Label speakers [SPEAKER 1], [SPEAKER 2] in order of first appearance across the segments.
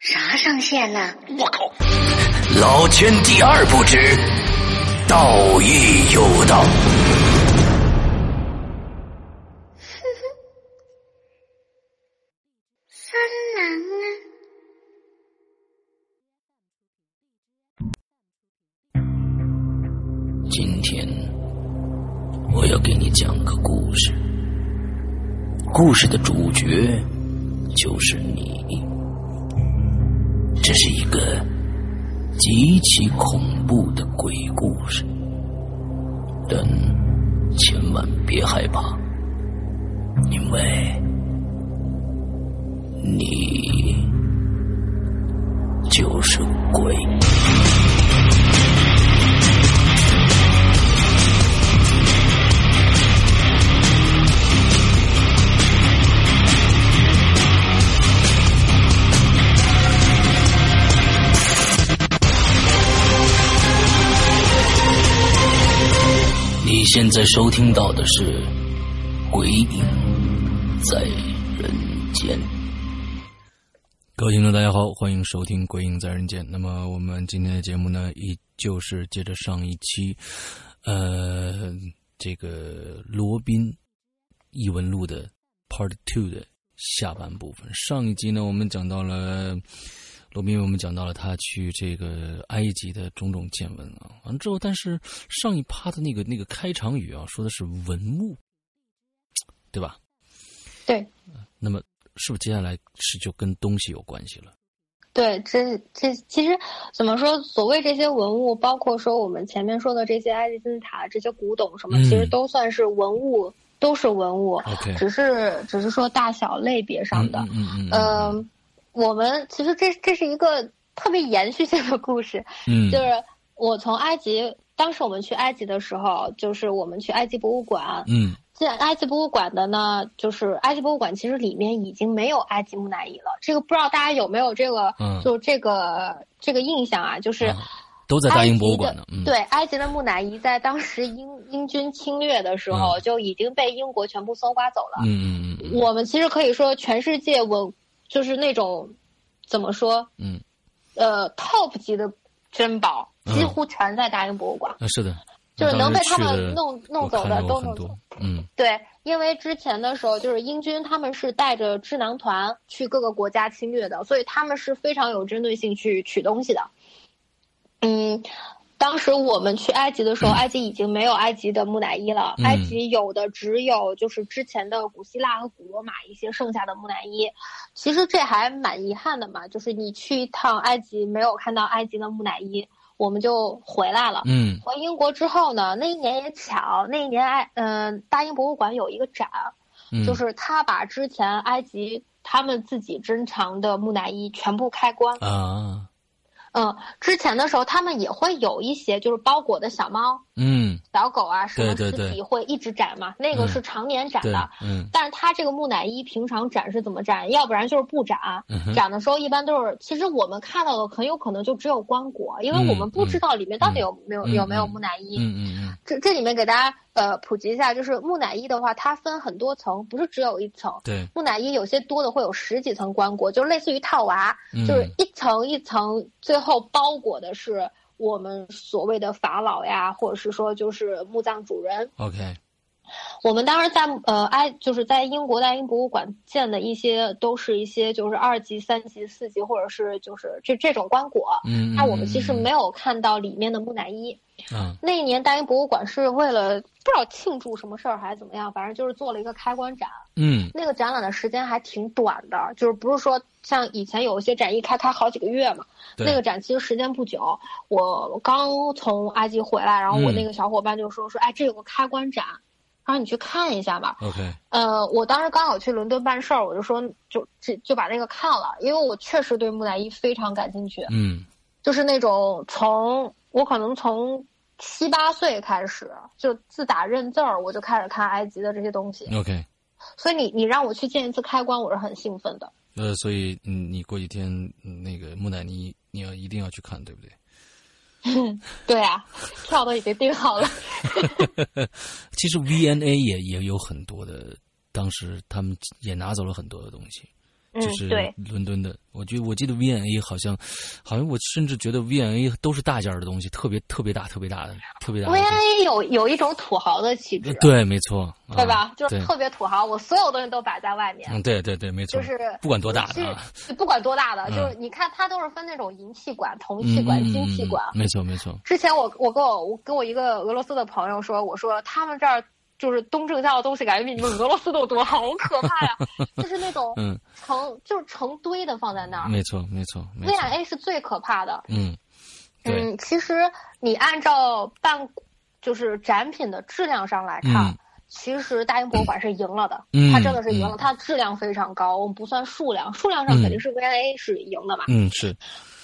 [SPEAKER 1] 啥上线了？
[SPEAKER 2] 我靠！
[SPEAKER 3] 老千第二不知，道义有道。
[SPEAKER 1] 三郎啊！
[SPEAKER 3] 今天我要给你讲个故事，故事的主角就是你。这是一个极其恐怖的鬼故事，但千万别害怕，因为你就是鬼。你现在收听到的是《鬼影在人间》。
[SPEAKER 4] 各位听众，大家好，欢迎收听《鬼影在人间》。那么我们今天的节目呢，依旧是接着上一期，呃，这个罗宾异闻录的 Part Two 的下半部分。上一集呢，我们讲到了呃罗宾，我们讲到了他去这个埃及的种种见闻啊。完了之后，但是上一趴的那个那个开场语啊，说的是文物，对吧？
[SPEAKER 5] 对
[SPEAKER 4] 那么是不是接下来是就跟东西有关系了？
[SPEAKER 5] 对，这这其实怎么说？所谓这些文物，包括说我们前面说的这些埃及金字塔、这些古董什么，
[SPEAKER 4] 嗯
[SPEAKER 5] 其实都算是文物，都是文物
[SPEAKER 4] OK
[SPEAKER 5] 只啊是只是说大小类别上的。
[SPEAKER 4] 嗯嗯嗯嗯
[SPEAKER 5] 呃，我们其实这这是一个特别延续性的故事，
[SPEAKER 4] 嗯，
[SPEAKER 5] 就是我从埃及，当时我们去埃及的时候，就是我们去埃及博物馆。
[SPEAKER 4] 嗯
[SPEAKER 5] 进埃及博物馆的呢，就是埃及博物馆其实里面已经没有埃及木乃伊了。这个不知道大家有没有这个，
[SPEAKER 4] 嗯
[SPEAKER 5] 就这个这个印象啊？就是
[SPEAKER 4] 啊都在大英博物馆呢
[SPEAKER 5] 埃。及
[SPEAKER 4] 嗯，
[SPEAKER 5] 的对，埃及的木乃伊在当时英英军侵略的时候、就已经被英国全部搜刮走了。
[SPEAKER 4] 嗯嗯嗯
[SPEAKER 5] 我们其实可以说，全世界文就是那种怎么说，
[SPEAKER 4] 嗯，
[SPEAKER 5] 呃，top 级的珍宝
[SPEAKER 4] 嗯
[SPEAKER 5] 几乎全在大英博物馆，
[SPEAKER 4] 啊是的，
[SPEAKER 5] 就是能被他
[SPEAKER 4] 当时去的
[SPEAKER 5] 们弄弄走
[SPEAKER 4] 我看
[SPEAKER 5] 的
[SPEAKER 4] 到
[SPEAKER 5] 都
[SPEAKER 4] 过
[SPEAKER 5] 能
[SPEAKER 4] 很
[SPEAKER 5] 走。
[SPEAKER 4] 多。嗯
[SPEAKER 5] 对，因为之前的时候，就是英军他们是带着智囊团去各个国家侵略的，所以他们是非常有针对性去取东西的。嗯，当时我们去埃及的时候，埃及已经没有埃及的木乃伊了，
[SPEAKER 4] 嗯
[SPEAKER 5] 埃及有的只有就是之前的古希腊和古罗马一些剩下的木乃伊。其实这还蛮遗憾的嘛，就是你去一趟埃及没有看到埃及的木乃伊，我们就回来了。
[SPEAKER 4] 嗯
[SPEAKER 5] 回英国之后呢，那一年也巧，那一年埃嗯、大英博物馆有一个展，
[SPEAKER 4] 嗯，
[SPEAKER 5] 就是他把之前埃及他们自己珍藏的木乃伊全部开棺，
[SPEAKER 4] 啊，
[SPEAKER 5] 嗯，之前的时候他们也会有一些就是包裹的小猫、
[SPEAKER 3] 嗯，
[SPEAKER 5] 小狗啊，什么
[SPEAKER 3] 对
[SPEAKER 5] 尸
[SPEAKER 3] 对嗯
[SPEAKER 5] 体会一直展嘛，那个是常年展
[SPEAKER 3] 对
[SPEAKER 5] 的。，
[SPEAKER 3] 嗯
[SPEAKER 5] 但是它这个木乃伊平常展是怎么展？要不然就是不展，
[SPEAKER 3] 嗯哼
[SPEAKER 5] 展的时候一般都是，其实我们看到的很有可能就只有棺椁，因为我们不知道里面到底有没有、
[SPEAKER 3] 嗯
[SPEAKER 5] 有没有
[SPEAKER 3] 嗯
[SPEAKER 5] 木乃伊。
[SPEAKER 3] 嗯嗯
[SPEAKER 5] 这这里面给大家呃普及一下，就是木乃伊的话，它分很多层，不是只有一层。
[SPEAKER 3] 对，
[SPEAKER 5] 木乃伊有些多的会有十几层棺椁，就类似于套娃，
[SPEAKER 3] 嗯
[SPEAKER 5] 就是一层一层，最后包裹的是我们所谓的法老呀，或者是说就是墓葬主人。
[SPEAKER 3] ，OK，
[SPEAKER 5] 我们当时在呃埃就是在英国大英博物馆见的一些都是一些就是二级、三级、四级，或者是就是这这种棺椁。
[SPEAKER 3] 嗯，
[SPEAKER 5] 那我们其实没有看到里面的木乃伊。
[SPEAKER 3] 有
[SPEAKER 4] 嗯
[SPEAKER 3] 啊，
[SPEAKER 5] 那一年大英博物馆是为了不知道庆祝什么事儿还是怎么样，反正就是做了一个开关展。
[SPEAKER 3] 嗯
[SPEAKER 5] 那个展览的时间还挺短的，就是不是说像以前有一些展一开开好几个月嘛，
[SPEAKER 3] 对
[SPEAKER 5] 那个展其实时间不久。我刚从埃及回来，然后我
[SPEAKER 3] 嗯
[SPEAKER 5] 那个小伙伴就说、说，哎，这有个开关展，他说你去看一下吧。
[SPEAKER 3] ，OK，
[SPEAKER 5] 呃，我当时刚好去伦敦办事儿，我就说就就就把那个看了，因为我确实对木乃伊非常感兴趣。
[SPEAKER 3] 嗯
[SPEAKER 5] 就是那种从我可能从七八岁开始，就自打认字儿，我就开始看埃及的这些东西。
[SPEAKER 3] ，OK，
[SPEAKER 5] 所以你你让我去见一次开关，我是很兴奋的。
[SPEAKER 3] 呃，所以嗯，你过几天嗯那个木乃伊，你要一定要去看，对不对？
[SPEAKER 5] 对啊，票都已经订好了。
[SPEAKER 3] 其实 V&A 也也有很多的，当时他们也拿走了很多的东西，
[SPEAKER 5] 嗯
[SPEAKER 3] 就是，
[SPEAKER 5] 对，
[SPEAKER 3] 伦敦的。我觉得我记得 V&A 好像，好像我甚至觉得 V&A 都是大件儿的东西，特别特别大、特别大的、特别大的
[SPEAKER 5] v
[SPEAKER 3] 东
[SPEAKER 5] a 有有一种土豪的气质
[SPEAKER 3] 西。，呃对，没错，啊
[SPEAKER 5] 对吧？就是
[SPEAKER 3] 对，
[SPEAKER 5] 特别土豪，我所有东西都摆在外面。
[SPEAKER 3] 嗯，对对对，没错，
[SPEAKER 5] 就是
[SPEAKER 3] 不管多大的啊，
[SPEAKER 5] 是不管多大的，
[SPEAKER 3] 嗯
[SPEAKER 5] 就是你看，它都是分那种银气管、铜
[SPEAKER 3] 嗯
[SPEAKER 5] 气管、
[SPEAKER 3] 嗯
[SPEAKER 5] 金
[SPEAKER 3] 嗯
[SPEAKER 5] 气
[SPEAKER 3] 嗯
[SPEAKER 5] 管，
[SPEAKER 3] 没错没错，
[SPEAKER 5] 之前我我跟我我跟我一个俄罗斯的朋友说，我说他们这儿就是东正教的东西，感觉比你们俄罗斯都多，好可怕 呀！就是那种
[SPEAKER 3] 嗯，
[SPEAKER 5] 成就是成堆的放在那儿。
[SPEAKER 3] 没错没错没
[SPEAKER 5] 啊 V
[SPEAKER 3] 错，
[SPEAKER 5] I A 是最可怕的。
[SPEAKER 3] 嗯，对，
[SPEAKER 5] 嗯，其实你按照办就是展品的质量上来看。
[SPEAKER 3] 嗯
[SPEAKER 5] 其实大英博物馆是赢了的，
[SPEAKER 3] 嗯
[SPEAKER 5] 它真的是赢
[SPEAKER 3] 嗯
[SPEAKER 5] 了，它质量非常高。我们不算数量，数量上肯定是 VIA 是赢的嘛。
[SPEAKER 3] 嗯是，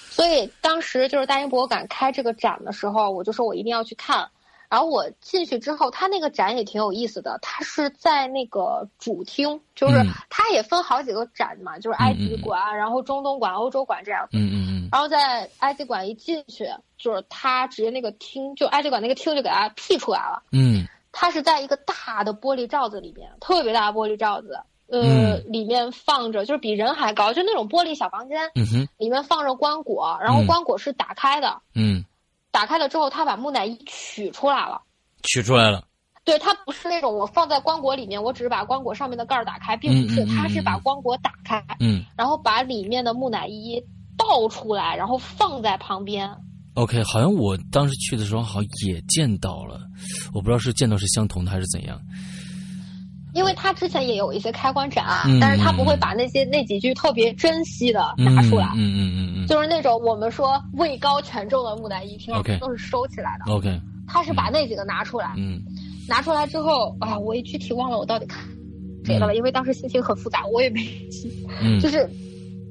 [SPEAKER 5] 所以当时就是大英博物馆开这个展的时候，我就说我一定要去看。然后我进去之后，它那个展也挺有意思的，它是在那个主厅，就是
[SPEAKER 3] 嗯
[SPEAKER 5] 它也分好几个展嘛，就是埃及馆，然后中东馆、欧洲馆这样。
[SPEAKER 3] 嗯嗯
[SPEAKER 5] 然后在埃及馆一进去，就是它直接那个厅，就埃及馆那个厅就给它 P 出来了。
[SPEAKER 3] 嗯
[SPEAKER 5] 它是在一个大的玻璃罩子里面，特别大的玻璃罩子，呃，
[SPEAKER 3] 嗯
[SPEAKER 5] 里面放着就是比人还高，就那种玻璃小房间，
[SPEAKER 3] 嗯嗯哼
[SPEAKER 5] 里面放着棺椁，然后
[SPEAKER 3] 嗯
[SPEAKER 5] 棺椁是打开的，
[SPEAKER 3] 嗯，
[SPEAKER 5] 打开了之后，他把木乃伊取出来了。
[SPEAKER 3] 取出来了，
[SPEAKER 5] 对，它不是那种我放在棺椁里面，我只是把棺椁上面的盖儿打开，并不是
[SPEAKER 3] 嗯嗯，嗯
[SPEAKER 5] 它是把棺椁打开，
[SPEAKER 3] 嗯
[SPEAKER 5] 然后把里面的木乃伊倒出来，然后放在旁边。
[SPEAKER 3] ，OK，好像我当时去的时候好像也见到了，我不知道是见到是相同的还是怎样，
[SPEAKER 5] 因为他之前也有一些开关展啊，
[SPEAKER 3] 嗯
[SPEAKER 5] 但是他不会把那些那几句特别珍惜的
[SPEAKER 3] 嗯
[SPEAKER 5] 拿出来，
[SPEAKER 3] 嗯嗯嗯嗯
[SPEAKER 5] 就是那种我们说位高权重的木乃伊，平
[SPEAKER 3] OK
[SPEAKER 5] 常都是收起来的。
[SPEAKER 3] 嗯，OK，
[SPEAKER 5] 他是把那几个拿出来，
[SPEAKER 3] 嗯
[SPEAKER 5] 拿出来之后，哎呀，我也具体忘了我到底看谁的了，因为当时心情很复杂，我也没记。
[SPEAKER 3] 嗯，
[SPEAKER 5] 就是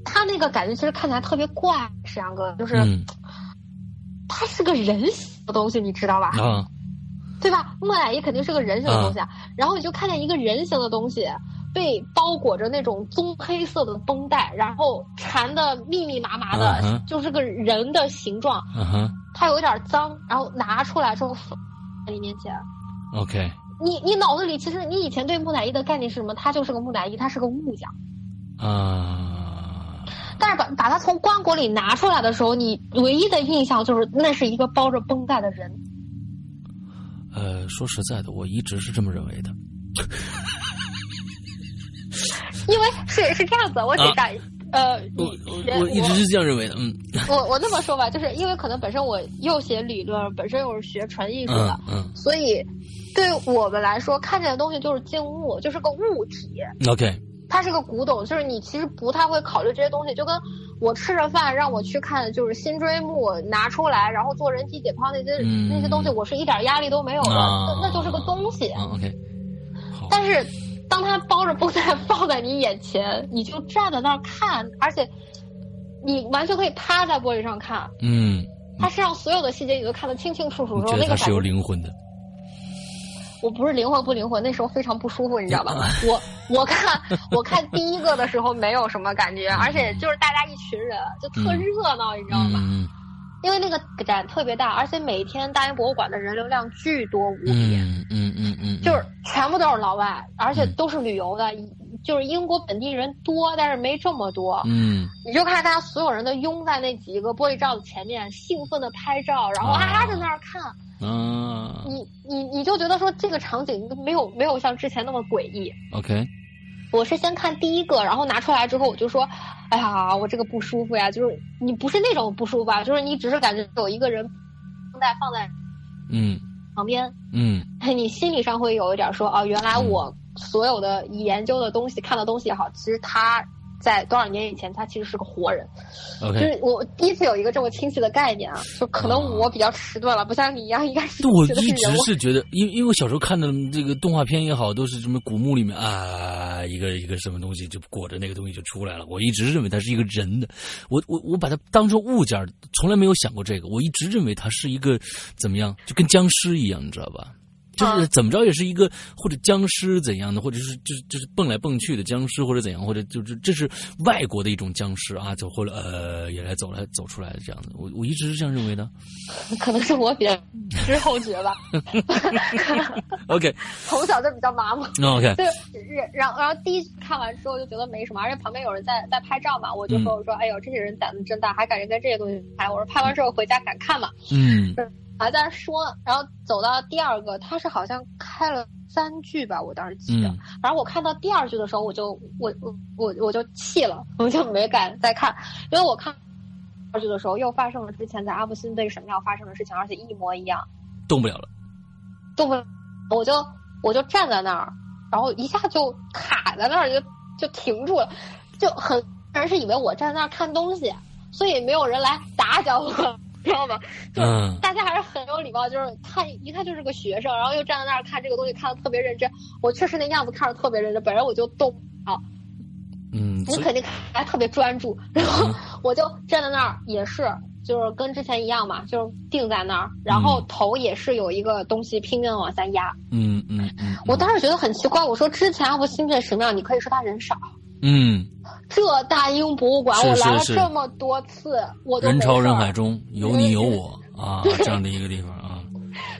[SPEAKER 5] 他那个感觉，其实看起来特别怪，石阳哥，就是
[SPEAKER 3] 嗯
[SPEAKER 5] 他是个人形的东西，你知道吧？
[SPEAKER 3] 啊，
[SPEAKER 5] 对吧？木乃伊肯定是个人形的东西啊。然后你就看见一个人形的东西被包裹着那种棕黑色的绷带，然后缠的密密麻麻的，
[SPEAKER 3] 嗯哼
[SPEAKER 5] 就是个人的形状，
[SPEAKER 3] 嗯哼
[SPEAKER 5] 它有点脏，然后拿出来之后放在你面前。
[SPEAKER 3] ，OK，
[SPEAKER 5] 你你脑子里其实你以前对木乃伊的概念是什么？它就是个木乃伊，它是个物件。
[SPEAKER 3] 啊，
[SPEAKER 5] 但是把把它从棺椁里拿出来的时候，你唯一的印象就是那是一个包着绷带的人。
[SPEAKER 3] 呃，说实在的，我一直是这么认为的，
[SPEAKER 5] 因为是是这样子，我给大、呃，
[SPEAKER 3] 啊我
[SPEAKER 5] 你
[SPEAKER 3] 我一直是这样认为的，嗯
[SPEAKER 5] 我我我那么说吧，就是因为可能本身我又写理论，本身又是学纯艺术的，
[SPEAKER 3] 嗯嗯
[SPEAKER 5] 所以对我们来说看见的东西就是静物，就是个物体，
[SPEAKER 3] 嗯，OK，
[SPEAKER 5] 它是个古董，就是你其实不太会考虑这些东西，就跟我吃着饭让我去看就是新椎木拿出来，然后做人体解剖那些、
[SPEAKER 3] 嗯
[SPEAKER 5] 那些东西，我是一点压力都没有的，
[SPEAKER 3] 啊
[SPEAKER 5] 那那就是个东西。
[SPEAKER 3] 嗯 OK，好，
[SPEAKER 5] 但是当它包着绷带放在你眼前，你就站在那儿看，而且你完全可以趴在玻璃上看，
[SPEAKER 3] 嗯，
[SPEAKER 5] 它身上所有的细节你都看得清清楚楚
[SPEAKER 3] 你
[SPEAKER 5] 的时
[SPEAKER 3] 觉
[SPEAKER 5] 候，
[SPEAKER 3] 得
[SPEAKER 5] 那
[SPEAKER 3] 他
[SPEAKER 5] 个
[SPEAKER 3] 是
[SPEAKER 5] 感
[SPEAKER 3] 有
[SPEAKER 5] 觉，
[SPEAKER 3] 灵魂的，
[SPEAKER 5] 我不是灵魂不灵魂，那时候非常不舒服，你知道吧？
[SPEAKER 3] 啊
[SPEAKER 5] 我我看我看第一个的时候没有什么感觉，而且就是大家一群人就特
[SPEAKER 3] 嗯
[SPEAKER 5] 热闹，你知道吗？
[SPEAKER 3] 嗯
[SPEAKER 5] 因为那个展特别大，而且每天大英博物馆的人流量巨多无比。
[SPEAKER 3] 嗯嗯嗯嗯，
[SPEAKER 5] 就是全部都是老外，而且
[SPEAKER 3] 嗯
[SPEAKER 5] 都是旅游的，就是英国本地人多，但是没这么多。
[SPEAKER 3] 嗯
[SPEAKER 5] 你就看大家所有人都拥在那几个玻璃罩子前面，兴奋的拍照，然后
[SPEAKER 3] 啊
[SPEAKER 5] 啊在那儿看，
[SPEAKER 3] 啊
[SPEAKER 5] 你你你就觉得说这个场景没有没有像之前那么诡异。
[SPEAKER 3] ，OK，
[SPEAKER 5] 我是先看第一个，然后拿出来之后我就说，哎呀，我这个不舒服呀，就是你不是那种不舒服啊，就是你只是感觉有一个人绷带放在
[SPEAKER 3] 嗯
[SPEAKER 5] 旁边，
[SPEAKER 3] 嗯
[SPEAKER 5] 你心理上会有一点说，哦，原来我所有的研究的东西、看的东西也好，其实他在多少年以前，他其实是个活人。就
[SPEAKER 3] ，OK。
[SPEAKER 5] 是我第一次有一个这么清晰的概念啊，就可能我比较迟钝了，不像你一样，应该是
[SPEAKER 3] 我
[SPEAKER 5] 觉得是
[SPEAKER 3] 一直
[SPEAKER 5] 人物
[SPEAKER 3] 是觉得，因因为我小时候看的这个动画片也好，都是什么古墓里面啊，一个一个什么东西就裹着那个东西就出来了。我一直认为它是一个人的，我我我把它当成物件儿，从来没有想过这个。我一直认为它是一个怎么样，就跟僵尸一样，你知道吧？就是
[SPEAKER 5] 啊
[SPEAKER 3] 怎么着也是一个或者僵尸怎样的，或者是就是就是蹦来蹦去的僵尸，或者怎样，或者就是这是外国的一种僵尸啊，走后来呃也来走来走出来的这样子。我我一直是这样认为的。
[SPEAKER 5] 可能是我比较知后 觉吧，
[SPEAKER 3] OK
[SPEAKER 5] 从小就比较麻木。
[SPEAKER 3] OK，
[SPEAKER 5] 对，然然后第一看完之后就觉得没什么，而且旁边有人在在拍照嘛，我就说我说、哎呦，这些人胆子真大，还敢跟这些东西拍。我说拍完之后回家敢看嘛，
[SPEAKER 3] 嗯
[SPEAKER 5] 还在那说，然后走到第二个，他是好像开了三句吧，我当时记得。
[SPEAKER 3] 嗯
[SPEAKER 5] 然后我看到第二句的时候，我就我我我我就气了，我就没敢再看，因为我看第二句的时候又发生了之前在阿布辛贝什么要发生的事情，而且一模一样，
[SPEAKER 3] 动不了了。
[SPEAKER 5] 动不了，我就我就站在那儿，然后一下就卡在那儿，就就停住了，就很多人是以为我站在那儿看东西，所以没有人来打搅我，知道吗？ 就是
[SPEAKER 3] 嗯
[SPEAKER 5] 大家还是很有礼貌，就是看一看就是个学生，然后又站在那儿看这个东西，看的特别认真。我确实那样子看着特别认真，本来我就动啊，
[SPEAKER 3] 嗯，
[SPEAKER 5] 你
[SPEAKER 3] 所以嗯
[SPEAKER 5] 肯定还特别专注。然后 我就站在那儿，也是就是跟之前一样嘛，就是定在那儿，然后
[SPEAKER 3] 嗯
[SPEAKER 5] 头也是有一个东西拼命往下压。
[SPEAKER 3] 嗯嗯嗯，
[SPEAKER 5] 我当时觉得很奇怪，我说之前阿布新片什么样，你可以说他人少，
[SPEAKER 3] 嗯
[SPEAKER 5] 这大英博物馆
[SPEAKER 3] 是
[SPEAKER 5] 我
[SPEAKER 3] 是
[SPEAKER 5] 来了
[SPEAKER 3] 是
[SPEAKER 5] 这么多次，我都
[SPEAKER 3] 人
[SPEAKER 5] 没
[SPEAKER 3] 潮
[SPEAKER 5] 事
[SPEAKER 3] 人
[SPEAKER 5] 儿
[SPEAKER 3] 海中有你有我啊，这样的一个地方 啊，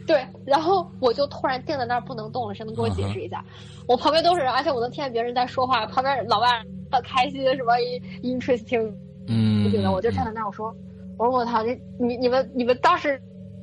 [SPEAKER 5] 对，然后我就突然定在那儿不能动了，谁能给我解释一下？
[SPEAKER 3] 嗯
[SPEAKER 5] 我旁边都是人，而且我能听见别人在说话，旁边老外很开心，什么 interesting
[SPEAKER 3] 嗯，
[SPEAKER 5] 什么的，我就站在那儿，我说，我说我操，这你你们你们当时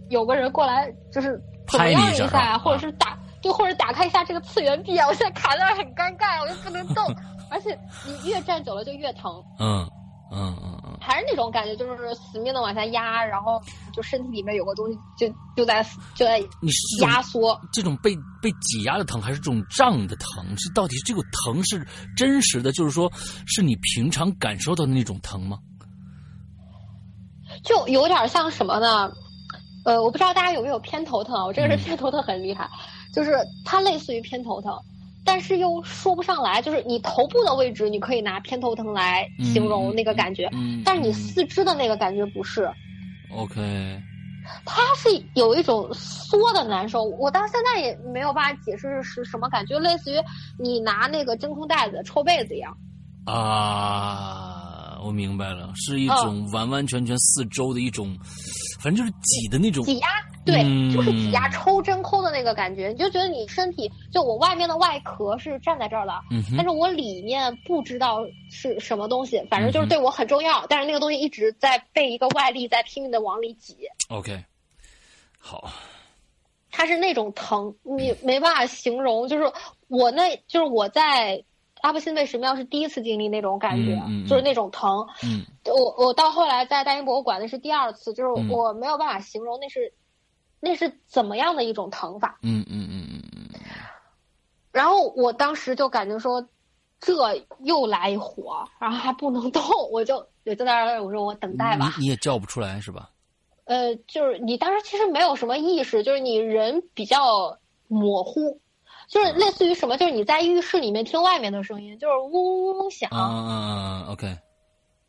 [SPEAKER 5] 有个人过来就是怎么
[SPEAKER 3] 拍你一
[SPEAKER 5] 样一
[SPEAKER 3] 下
[SPEAKER 5] 下呀、
[SPEAKER 3] 啊
[SPEAKER 5] 或者是打就或者打开一下这个次元壁啊，我现在卡在那儿很尴尬，我就不能动，而且你越站久了就越疼，
[SPEAKER 3] 嗯嗯嗯嗯，
[SPEAKER 5] 还是那种感觉，就是死命的往下压，然后就身体里面有个东西就就在就在
[SPEAKER 3] 你是这种
[SPEAKER 5] 压缩。
[SPEAKER 3] 这种被被挤压的疼，还是这种胀的疼？是到底这个疼是真实的，就是说是你平常感受到的那种疼吗？
[SPEAKER 5] 就有点像什么呢？呃，我不知道大家有没有偏头疼啊，我这个人
[SPEAKER 3] 嗯
[SPEAKER 5] 偏头疼很厉害，就是它类似于偏头疼，但是又说不上来，就是你头部的位置你可以拿偏头疼来形容那个感觉，
[SPEAKER 3] 嗯，
[SPEAKER 5] 但是你四肢的那个感觉不是，
[SPEAKER 3] OK，
[SPEAKER 5] 它是有一种缩的难受，我到现在也没有办法解释是什么感觉，类似于你拿那个真空袋子抽被子一样。
[SPEAKER 3] 啊，我明白了，是一
[SPEAKER 5] 哦
[SPEAKER 3] 种完完全全四周的一种，反正就是挤的那种，
[SPEAKER 5] 挤压，对，
[SPEAKER 3] 嗯
[SPEAKER 5] 就是挤压抽真空的那个感觉，你就觉得你身体就我外面的外壳是站在这儿了，
[SPEAKER 3] 嗯
[SPEAKER 5] 但
[SPEAKER 3] 哼，
[SPEAKER 5] 是我里面不知道是什么东西，反正
[SPEAKER 3] 嗯
[SPEAKER 5] 就是对我很重要，但是那个东西一直在被一个外力在拼命的往里挤，
[SPEAKER 3] OK，好，
[SPEAKER 5] 它是那种疼，你没办法形容，就是我那就是我在。阿布辛贝什庙是第一次经历那种感觉，
[SPEAKER 3] 嗯嗯嗯
[SPEAKER 5] 就是那种疼，
[SPEAKER 3] 嗯
[SPEAKER 5] 我我到后来在大英博物馆那是第二次，就是
[SPEAKER 3] 嗯
[SPEAKER 5] 我没有办法形容那是、那是怎么样的一种疼法。
[SPEAKER 3] 嗯嗯嗯嗯嗯，
[SPEAKER 5] 然后我当时就感觉说，这又来一火，然后还不能动， 我就我就在那儿我说我等待吧。
[SPEAKER 3] 你你也叫不出来是吧？
[SPEAKER 5] 呃，就是你当时其实没有什么意识，就是你人比较模糊，就是类似于什么，就是你在浴室里
[SPEAKER 3] 啊
[SPEAKER 5] 面听外面的声音，就是嗡嗡嗡嗡响。
[SPEAKER 3] 啊啊啊，OK，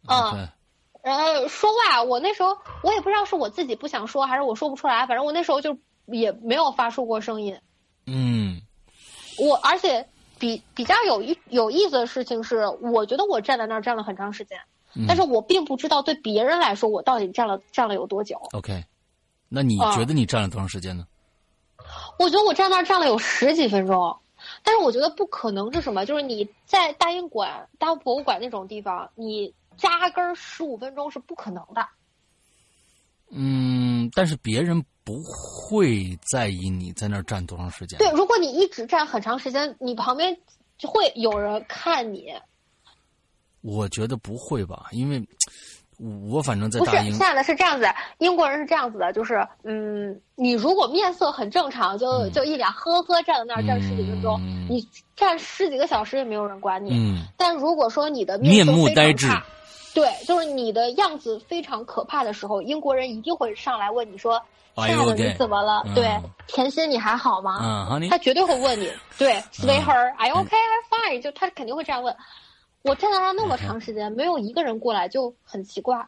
[SPEAKER 5] 啊
[SPEAKER 3] OK，
[SPEAKER 5] 然后说话，我那时候我也不知道是我自己不想说，还是我说不出来，反正我那时候就也没有发出过声音。
[SPEAKER 3] 嗯
[SPEAKER 5] 我而且比比较有意有意思的事情是，我觉得我站在那儿站了很长时间，但是我并不知道对别人来说我到底站了站了有多久。
[SPEAKER 3] ，OK，那你
[SPEAKER 5] 啊
[SPEAKER 3] 觉得你站了多长时间呢？
[SPEAKER 5] 我觉得我站那儿站了有十几分钟，但是我觉得不可能是什么？就是你在大英馆、大英博物馆那种地方，你扎根十五分钟是不可能的。
[SPEAKER 3] 嗯，但是别人不会在意你在那儿站多长时间。
[SPEAKER 5] 对，如果你一直站很长时间，你旁边就会有人看你。
[SPEAKER 3] 我觉得不会吧，因为我反正在
[SPEAKER 5] 不是
[SPEAKER 3] 大，英
[SPEAKER 5] 亲，爱的，是这样子，英国人是这样子的，就是嗯，你如果面色很正常，就
[SPEAKER 3] 嗯
[SPEAKER 5] 就一脸呵呵站在那儿站十几分钟，
[SPEAKER 3] 嗯
[SPEAKER 5] 你站十几个小时也没有人管你。
[SPEAKER 3] 嗯，
[SPEAKER 5] 但如果说你的
[SPEAKER 3] 面
[SPEAKER 5] 色
[SPEAKER 3] 目
[SPEAKER 5] 非常
[SPEAKER 3] 呆滞
[SPEAKER 5] 差，对，就是你的样子非常可怕的时候，英国人一定会上来问你说：“亲
[SPEAKER 3] Are
[SPEAKER 5] 爱
[SPEAKER 3] you
[SPEAKER 5] 的，
[SPEAKER 3] okay？
[SPEAKER 5] 你怎么了？”
[SPEAKER 3] 哎嗯
[SPEAKER 5] 对，甜心，你还好吗？
[SPEAKER 3] 啊
[SPEAKER 5] 他
[SPEAKER 3] ，honey，
[SPEAKER 5] 绝对会问
[SPEAKER 3] 嗯
[SPEAKER 5] 你，对，sweetheart，are you okay？I'm fine，就他肯定会这样问。我站在那那么长时间，没有一个人过来，就很奇怪。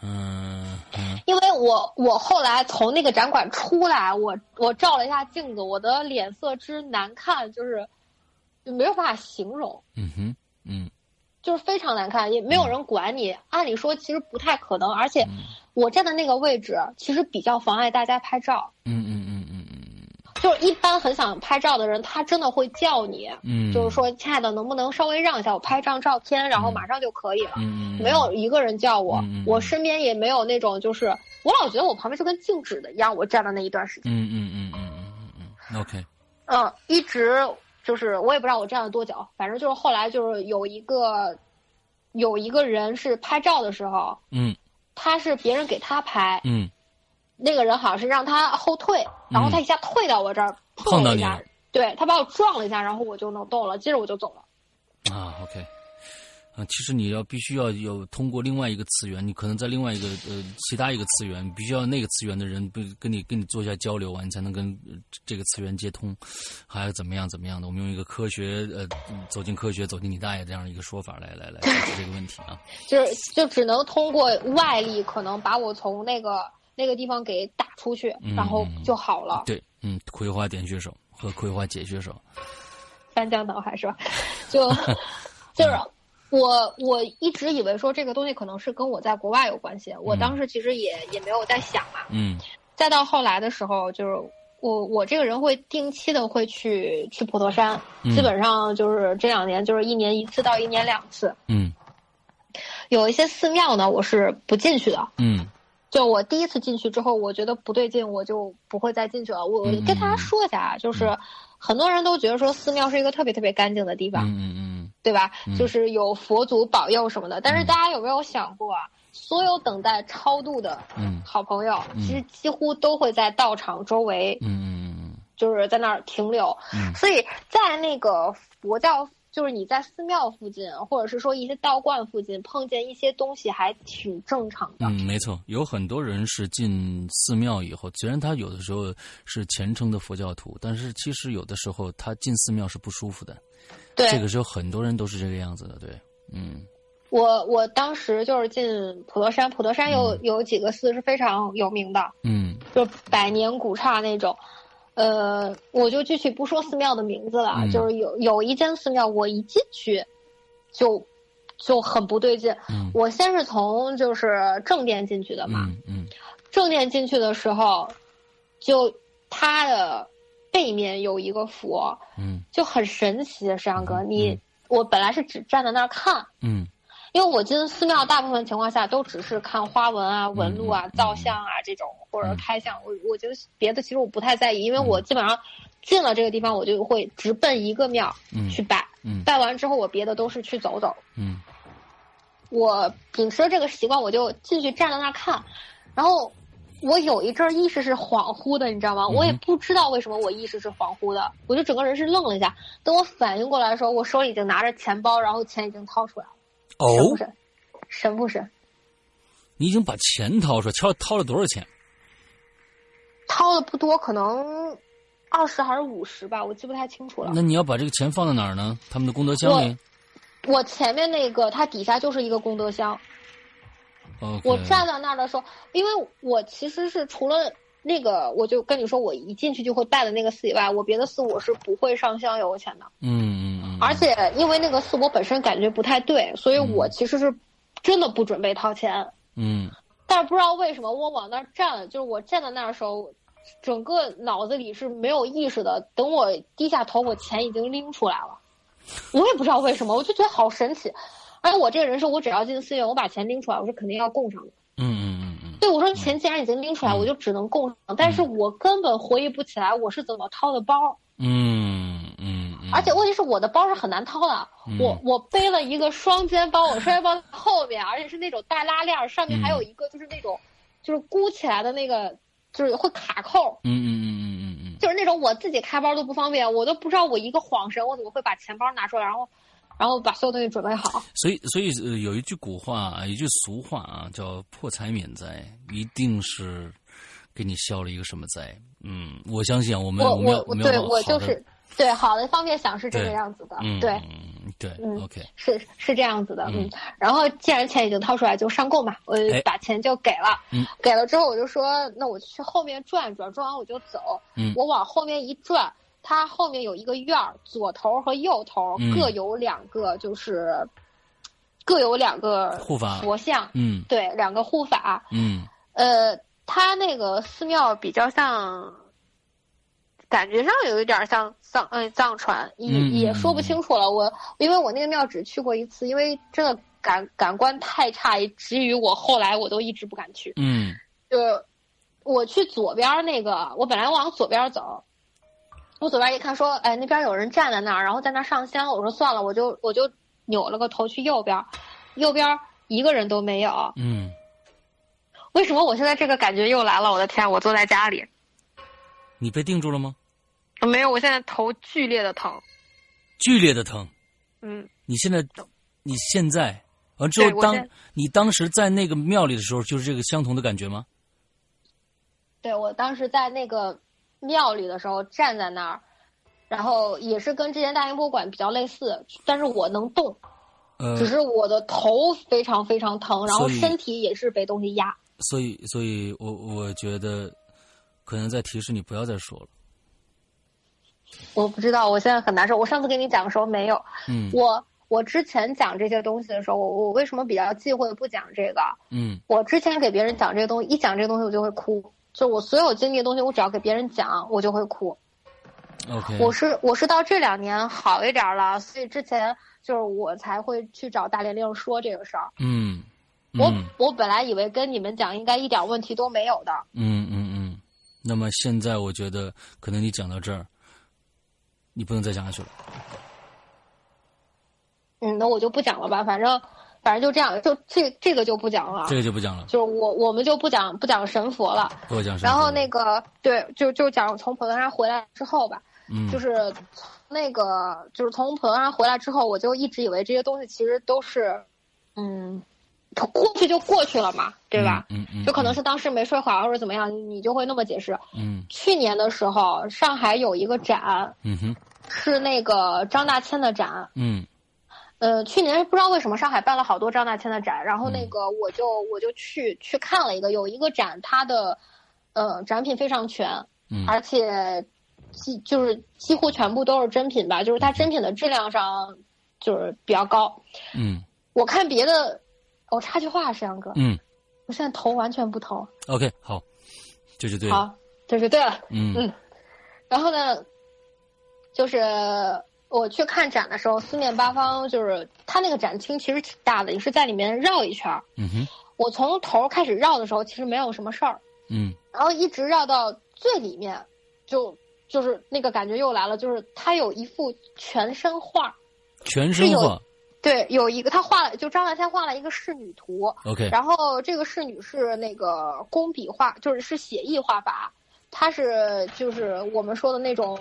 [SPEAKER 3] 嗯嗯
[SPEAKER 5] 因为我我后来从那个展馆出来，我我照了一下镜子，我的脸色之难看，就是就没有办法形容，
[SPEAKER 3] 嗯哼嗯
[SPEAKER 5] 就是非常难看，也没有人管你。按理说其实不太可能，而且
[SPEAKER 3] 嗯
[SPEAKER 5] 我站的那个位置其实比较妨碍大家拍照，
[SPEAKER 3] 嗯嗯嗯嗯嗯
[SPEAKER 5] 就是一般很想拍照的人，他真的会叫你，
[SPEAKER 3] 嗯，
[SPEAKER 5] 就是说，亲爱的，能不能稍微让一下，我拍张照片，然后
[SPEAKER 3] 嗯
[SPEAKER 5] 马上就可以了。
[SPEAKER 3] 嗯，嗯嗯
[SPEAKER 5] 没有一个人叫我，
[SPEAKER 3] 嗯嗯嗯
[SPEAKER 5] 我身边也没有那种就是我老觉得我旁边就跟静止的一样，我站了那一段时间，
[SPEAKER 3] 嗯嗯嗯嗯嗯嗯嗯，OK，
[SPEAKER 5] 嗯，一直就是我也不知道我站了多久，反正就是后来就是有一个有一个人是拍照的时候，
[SPEAKER 3] 嗯
[SPEAKER 5] 他是别人给他拍，
[SPEAKER 3] 嗯
[SPEAKER 5] 那个人好像是让他后退，然后他一下退到我这儿，
[SPEAKER 3] 碰到
[SPEAKER 5] 了一
[SPEAKER 3] 你
[SPEAKER 5] 下
[SPEAKER 3] 了，
[SPEAKER 5] 对他把我撞了一下，然后我就能动了，接着我就走了。
[SPEAKER 3] 啊，OK。啊，其实你要必须要有通过另外一个次元，你可能在另外一个呃其他一个次元，你必须要那个次元的人不跟你跟你做一下交流啊，你才能跟呃这个次元接通，还有怎么样怎么样的。我们用一个科学呃走进科学走进你大爷这样一个说法来来来解决这个问题啊。
[SPEAKER 5] 就是就只能通过外力，可能把我从那个那个地方给打出去，
[SPEAKER 3] 嗯
[SPEAKER 5] 然后就好了。
[SPEAKER 3] 对，嗯，葵花点穴手和葵花解穴手，
[SPEAKER 5] 翻江倒海是吧？ 就就是
[SPEAKER 3] 嗯
[SPEAKER 5] 我我一直以为说这个东西可能是跟我在国外有关系，我当时其实也也没有在想嘛。
[SPEAKER 3] 嗯
[SPEAKER 5] 再到后来的时候，就是我我这个人会定期的会去去普陀山，
[SPEAKER 3] 嗯
[SPEAKER 5] 基本上就是这两年就是一年一次到一年两次。
[SPEAKER 3] 嗯
[SPEAKER 5] 有一些寺庙呢，我是不进去的，
[SPEAKER 3] 嗯
[SPEAKER 5] 就我第一次进去之后，我觉得不对劲，我就不会再进去了。我我
[SPEAKER 3] 嗯嗯
[SPEAKER 5] 跟大家说一下啊，就是很多人都觉得说寺庙是一个特别特别干净的地
[SPEAKER 3] 嗯
[SPEAKER 5] 方，
[SPEAKER 3] 嗯
[SPEAKER 5] 对吧
[SPEAKER 3] 嗯？
[SPEAKER 5] 就是有佛祖保佑什么的。但是
[SPEAKER 3] 嗯
[SPEAKER 5] 大家有没有想过啊？所有等待超度的
[SPEAKER 3] 嗯
[SPEAKER 5] 好朋友，
[SPEAKER 3] 嗯
[SPEAKER 5] 其实几乎都会在道场周围
[SPEAKER 3] 嗯，嗯
[SPEAKER 5] 就是在那儿停留。
[SPEAKER 3] 嗯
[SPEAKER 5] 所以在那个佛教，就是你在寺庙附近，或者是说一些道观附近碰见一些东西，还挺正常的。
[SPEAKER 3] 嗯，没错，有很多人是进寺庙以后，虽然他有的时候是虔诚的佛教徒，但是其实有的时候他进寺庙是不舒服的。
[SPEAKER 5] 对，
[SPEAKER 3] 这个时候很多人都是这个样子的，对，嗯
[SPEAKER 5] 我我当时就是进普陀山，普陀山有、有几个寺是非常有名的，
[SPEAKER 3] 嗯
[SPEAKER 5] 就是百年古刹那种。呃，我就具体不说寺庙的名字了，
[SPEAKER 3] 嗯
[SPEAKER 5] 就是有有一间寺庙，我一进去就就很不对劲。
[SPEAKER 3] 嗯
[SPEAKER 5] 我先是从就是正殿进去的嘛，
[SPEAKER 3] 嗯嗯
[SPEAKER 5] 正殿进去的时候，就它的背面有一个佛，
[SPEAKER 3] 嗯
[SPEAKER 5] 就很神奇。石阳哥，你、
[SPEAKER 3] 嗯
[SPEAKER 5] 我本来是只站在那儿看，
[SPEAKER 3] 嗯
[SPEAKER 5] 因为我进寺庙，大部分情况下都只是看花纹啊、纹路啊、
[SPEAKER 3] 嗯
[SPEAKER 5] 造像啊这种，或者开像。我我觉得别的其实我不太在意，因
[SPEAKER 3] 嗯
[SPEAKER 5] 为我基本上进了这个地方，我就会直奔一个庙
[SPEAKER 3] 嗯
[SPEAKER 5] 去拜。
[SPEAKER 3] 嗯
[SPEAKER 5] 拜完之后，我别的都是去走走。
[SPEAKER 3] 嗯
[SPEAKER 5] 我秉持了这个习惯，我就进去站在那儿看。然后我有一阵儿意识是恍惚的，你知道吗？
[SPEAKER 3] 哼
[SPEAKER 5] 我也不知道为什么我意识是恍惚的，我就整个人是愣了一下。等我反应过来的时候，我手里已经拿着钱包，然后钱已经掏出来了，
[SPEAKER 3] 哦，
[SPEAKER 5] 神不神？神不神？
[SPEAKER 3] 你已经把钱掏出来，掏掏了多少钱？
[SPEAKER 5] 掏的不多，可能二十还是五十吧，我记不太清楚了
[SPEAKER 3] 那。你要把这个钱放到哪儿呢？他们的功德箱里
[SPEAKER 5] 我前面那个，它底下就是一个功德箱，
[SPEAKER 3] OK
[SPEAKER 5] 我站在那儿的时候，因为我其实是除了那个，我就跟你说，我一进去就会拜的那个寺以外，我别的寺我是不会上香油钱的。
[SPEAKER 3] 嗯嗯嗯，
[SPEAKER 5] 而且因为那个寺我本身感觉不太对，所以我其实是真的不准备掏钱。
[SPEAKER 3] 嗯
[SPEAKER 5] 但是不知道为什么我往那儿站，就是我站在那儿的时候，整个脑子里是没有意识的。等我低下头，我钱已经拎出来了，我也不知道为什么，我就觉得好神奇。而且我这个人是我只要进寺院，我把钱拎出来，我是肯定要供上的。
[SPEAKER 3] 嗯嗯嗯嗯，
[SPEAKER 5] 对，我说钱既然已经拎出来，我就只能供上，但是我根本回忆不起来我是怎么掏的包。
[SPEAKER 3] 嗯嗯嗯，
[SPEAKER 5] 而且问题是我的包是很难掏的，我我背了一个双肩包，我双肩包后面，而且是那种带拉链儿，上面
[SPEAKER 3] 嗯
[SPEAKER 5] 还有一个就是那种，就是箍起来的那个，就是会卡扣，
[SPEAKER 3] 嗯嗯嗯嗯嗯
[SPEAKER 5] 就是那种我自己开包都不方便，我都不知道我一个晃神，我怎么会把钱包拿出来，然后，然后把所有东西准备好。
[SPEAKER 3] 所以所以呃，有一句古话啊，有一句俗话啊，叫破财免灾，一定是给你消了一个什么灾。嗯，我相信啊，我们
[SPEAKER 5] 我
[SPEAKER 3] 们要
[SPEAKER 5] 我我
[SPEAKER 3] 们
[SPEAKER 5] 对
[SPEAKER 3] 要
[SPEAKER 5] 我就是对好的方面想是这个
[SPEAKER 3] 对
[SPEAKER 5] 样子的，
[SPEAKER 3] 嗯
[SPEAKER 5] 对。
[SPEAKER 3] 对
[SPEAKER 5] 嗯
[SPEAKER 3] ，OK，
[SPEAKER 5] 是是这样子的，
[SPEAKER 3] 嗯
[SPEAKER 5] 嗯，然后既然钱已经掏出来，就上供嘛，我就
[SPEAKER 3] 哎
[SPEAKER 5] 把钱就给了，
[SPEAKER 3] 嗯
[SPEAKER 5] 给了之后我就说，那我去后面转转，转完我就走，
[SPEAKER 3] 嗯
[SPEAKER 5] 我往后面一转，它后面有一个院儿，左头和右头
[SPEAKER 3] 嗯
[SPEAKER 5] 各有两个，就是、各有两个
[SPEAKER 3] 护法
[SPEAKER 5] 佛像，
[SPEAKER 3] 嗯
[SPEAKER 5] 对，两个护法，
[SPEAKER 3] 嗯
[SPEAKER 5] 呃，它那个寺庙比较像。感觉上有一点像藏，嗯，藏传也
[SPEAKER 3] 嗯
[SPEAKER 5] 也说不清楚了。我因为我那个庙只去过一次，因为真的感感官太差，以至于我后来我都一直不敢去。
[SPEAKER 3] 嗯
[SPEAKER 5] 就是我去左边那个，我本来往左边走，我左边一看说，哎，那边有人站在那儿，然后在那儿上香。我说算了，我就我就扭了个头去右边，右边一个人都没有。
[SPEAKER 3] 嗯，
[SPEAKER 5] 为什么我现在这个感觉又来了？我的天，我坐在家里，
[SPEAKER 3] 你被定住了吗？
[SPEAKER 5] 没有，我现在头剧烈的疼。
[SPEAKER 3] 剧烈的疼，
[SPEAKER 5] 嗯，
[SPEAKER 3] 你现在你现在完之
[SPEAKER 5] 对
[SPEAKER 3] 后
[SPEAKER 5] 我
[SPEAKER 3] 当
[SPEAKER 5] 现在
[SPEAKER 3] 你当时在那个庙里的时候，就是这个相同的感觉吗？
[SPEAKER 5] 对我当时在那个庙里的时候站在那儿，然后也是跟之前大英博物馆比较类似，但是我能动，
[SPEAKER 3] 呃，
[SPEAKER 5] 只是我的头非常非常疼，然后
[SPEAKER 3] 所以
[SPEAKER 5] 身体也是被东西压。
[SPEAKER 3] 所以，所以我我觉得，可能在提示你不要再说了。
[SPEAKER 5] 我不知道，我现在很难受。我上次跟你讲的时候没有，
[SPEAKER 3] 嗯
[SPEAKER 5] 我我之前讲这些东西的时候，我我为什么比较忌讳不讲这个？
[SPEAKER 3] 嗯
[SPEAKER 5] 我之前给别人讲这些东西，一讲这些东西我就会哭，就我所有经历的东西，我只要给别人讲，我就会哭。
[SPEAKER 3] ，OK，
[SPEAKER 5] 我是我是到这两年好一点儿了，所以之前就是我才会去找大玲玲说这个事儿。
[SPEAKER 3] 嗯
[SPEAKER 5] 我
[SPEAKER 3] 嗯
[SPEAKER 5] 我本来以为跟你们讲应该一点问题都没有的，
[SPEAKER 3] 嗯嗯嗯。那么现在，我觉得可能你讲到这儿，你不能再讲下去了。
[SPEAKER 5] 嗯，那我就不讲了吧，反正反正就这样，就这这个就不讲了，
[SPEAKER 3] 这个就不讲了，
[SPEAKER 5] 就是我我们就不讲不讲神佛了。
[SPEAKER 3] 给我讲什么？
[SPEAKER 5] 然后那个对，就就讲从普陀山回来之后吧，
[SPEAKER 3] 嗯，
[SPEAKER 5] 就是从那个就是从普陀山回来之后，我就一直以为这些东西其实都是，嗯，过去就过去了嘛，对吧？
[SPEAKER 3] 嗯嗯，嗯
[SPEAKER 5] 就可能是当时没睡好或者怎么样，你就会那么解释。
[SPEAKER 3] 嗯
[SPEAKER 5] 去年的时候，上海有一个展
[SPEAKER 3] 嗯哼
[SPEAKER 5] 是那个张大千的展，
[SPEAKER 3] 嗯
[SPEAKER 5] 呃，去年不知道为什么上海办了好多张大千的展，然后那
[SPEAKER 3] 嗯
[SPEAKER 5] 个我就我就去去看了一个，有一个展，它的呃展品非常全，
[SPEAKER 3] 嗯
[SPEAKER 5] 而且几就是几乎全部都是真品吧，就是它真品的质量上就是比较高。
[SPEAKER 3] 嗯
[SPEAKER 5] 我看别的，我插句话，啊石阳哥，
[SPEAKER 3] 嗯
[SPEAKER 5] 我现在头完全不疼，
[SPEAKER 3] ，OK，好，这就对了。
[SPEAKER 5] 好，这就对了。
[SPEAKER 3] 嗯嗯
[SPEAKER 5] 然后呢，就是我去看展的时候，四面八方就是它那个展厅其实挺大的，你是在里面绕一圈儿。
[SPEAKER 3] 嗯哼
[SPEAKER 5] 我从头开始绕的时候，其实没有什么事儿，
[SPEAKER 3] 嗯
[SPEAKER 5] 然后一直绕到最里面，就就是那个感觉又来了，就是它有一幅全身画，
[SPEAKER 3] 全身化
[SPEAKER 5] 对，有一个他画了，就张大千画了一个仕女图，
[SPEAKER 3] ，OK，
[SPEAKER 5] 然后这个仕女是那个工笔画，就是是写意画法，它是就是我们说的那种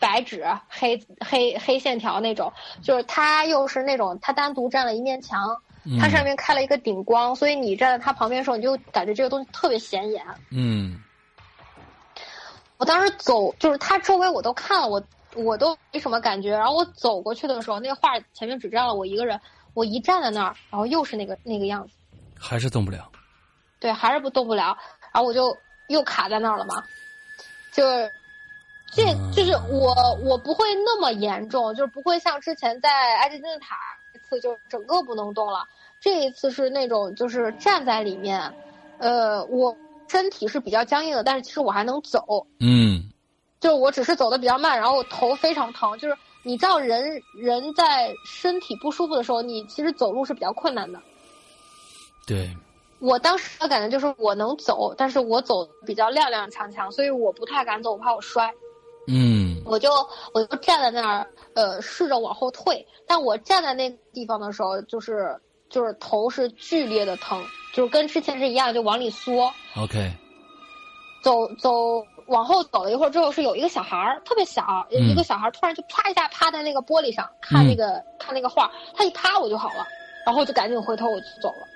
[SPEAKER 5] 白纸黑黑黑线条那种，就是它又是那种它单独占了一面墙，
[SPEAKER 3] 嗯
[SPEAKER 5] 它上面开了一个顶光，所以你站在它旁边的时候，你就感觉这个东西特别显眼。
[SPEAKER 3] 嗯
[SPEAKER 5] 我当时走，就是它周围我都看了，我我都没什么感觉。然后我走过去的时候，那个画前面只站了我一个人，我一站在那儿，然后又是那个那个样子。
[SPEAKER 3] 嗯还是动不了。
[SPEAKER 5] 对，还是不动不了，然后我就又卡在那儿了嘛，就是。这
[SPEAKER 3] 嗯
[SPEAKER 5] 就是我，我不会那么严重，就是不会像之前在埃及金字塔一次就整个不能动了。这一次是那种就是站在里面，呃，我身体是比较僵硬的，但是其实我还能走，
[SPEAKER 3] 嗯
[SPEAKER 5] 就是我只是走的比较慢，然后我头非常疼。就是你知道人人在身体不舒服的时候，你其实走路是比较困难的。，
[SPEAKER 3] 对，
[SPEAKER 5] 我当时的感觉就是我能走，但是我走比较踉踉跄跄，所以我不太敢走，我怕我摔。
[SPEAKER 3] 嗯
[SPEAKER 5] 我就我就站在那儿，呃，试着往后退。但我站在那个地方的时候，就是就是头是剧烈的疼，就是跟之前是一样，就往里缩。
[SPEAKER 3] ，OK，
[SPEAKER 5] 走走往后走了一会儿之后，是有一个小孩儿，特别小，
[SPEAKER 3] 嗯
[SPEAKER 5] 一个小孩儿突然就啪一下趴在那个玻璃上看那个、看那个画儿，他一趴我就好了，然后我就赶紧回头我就走了。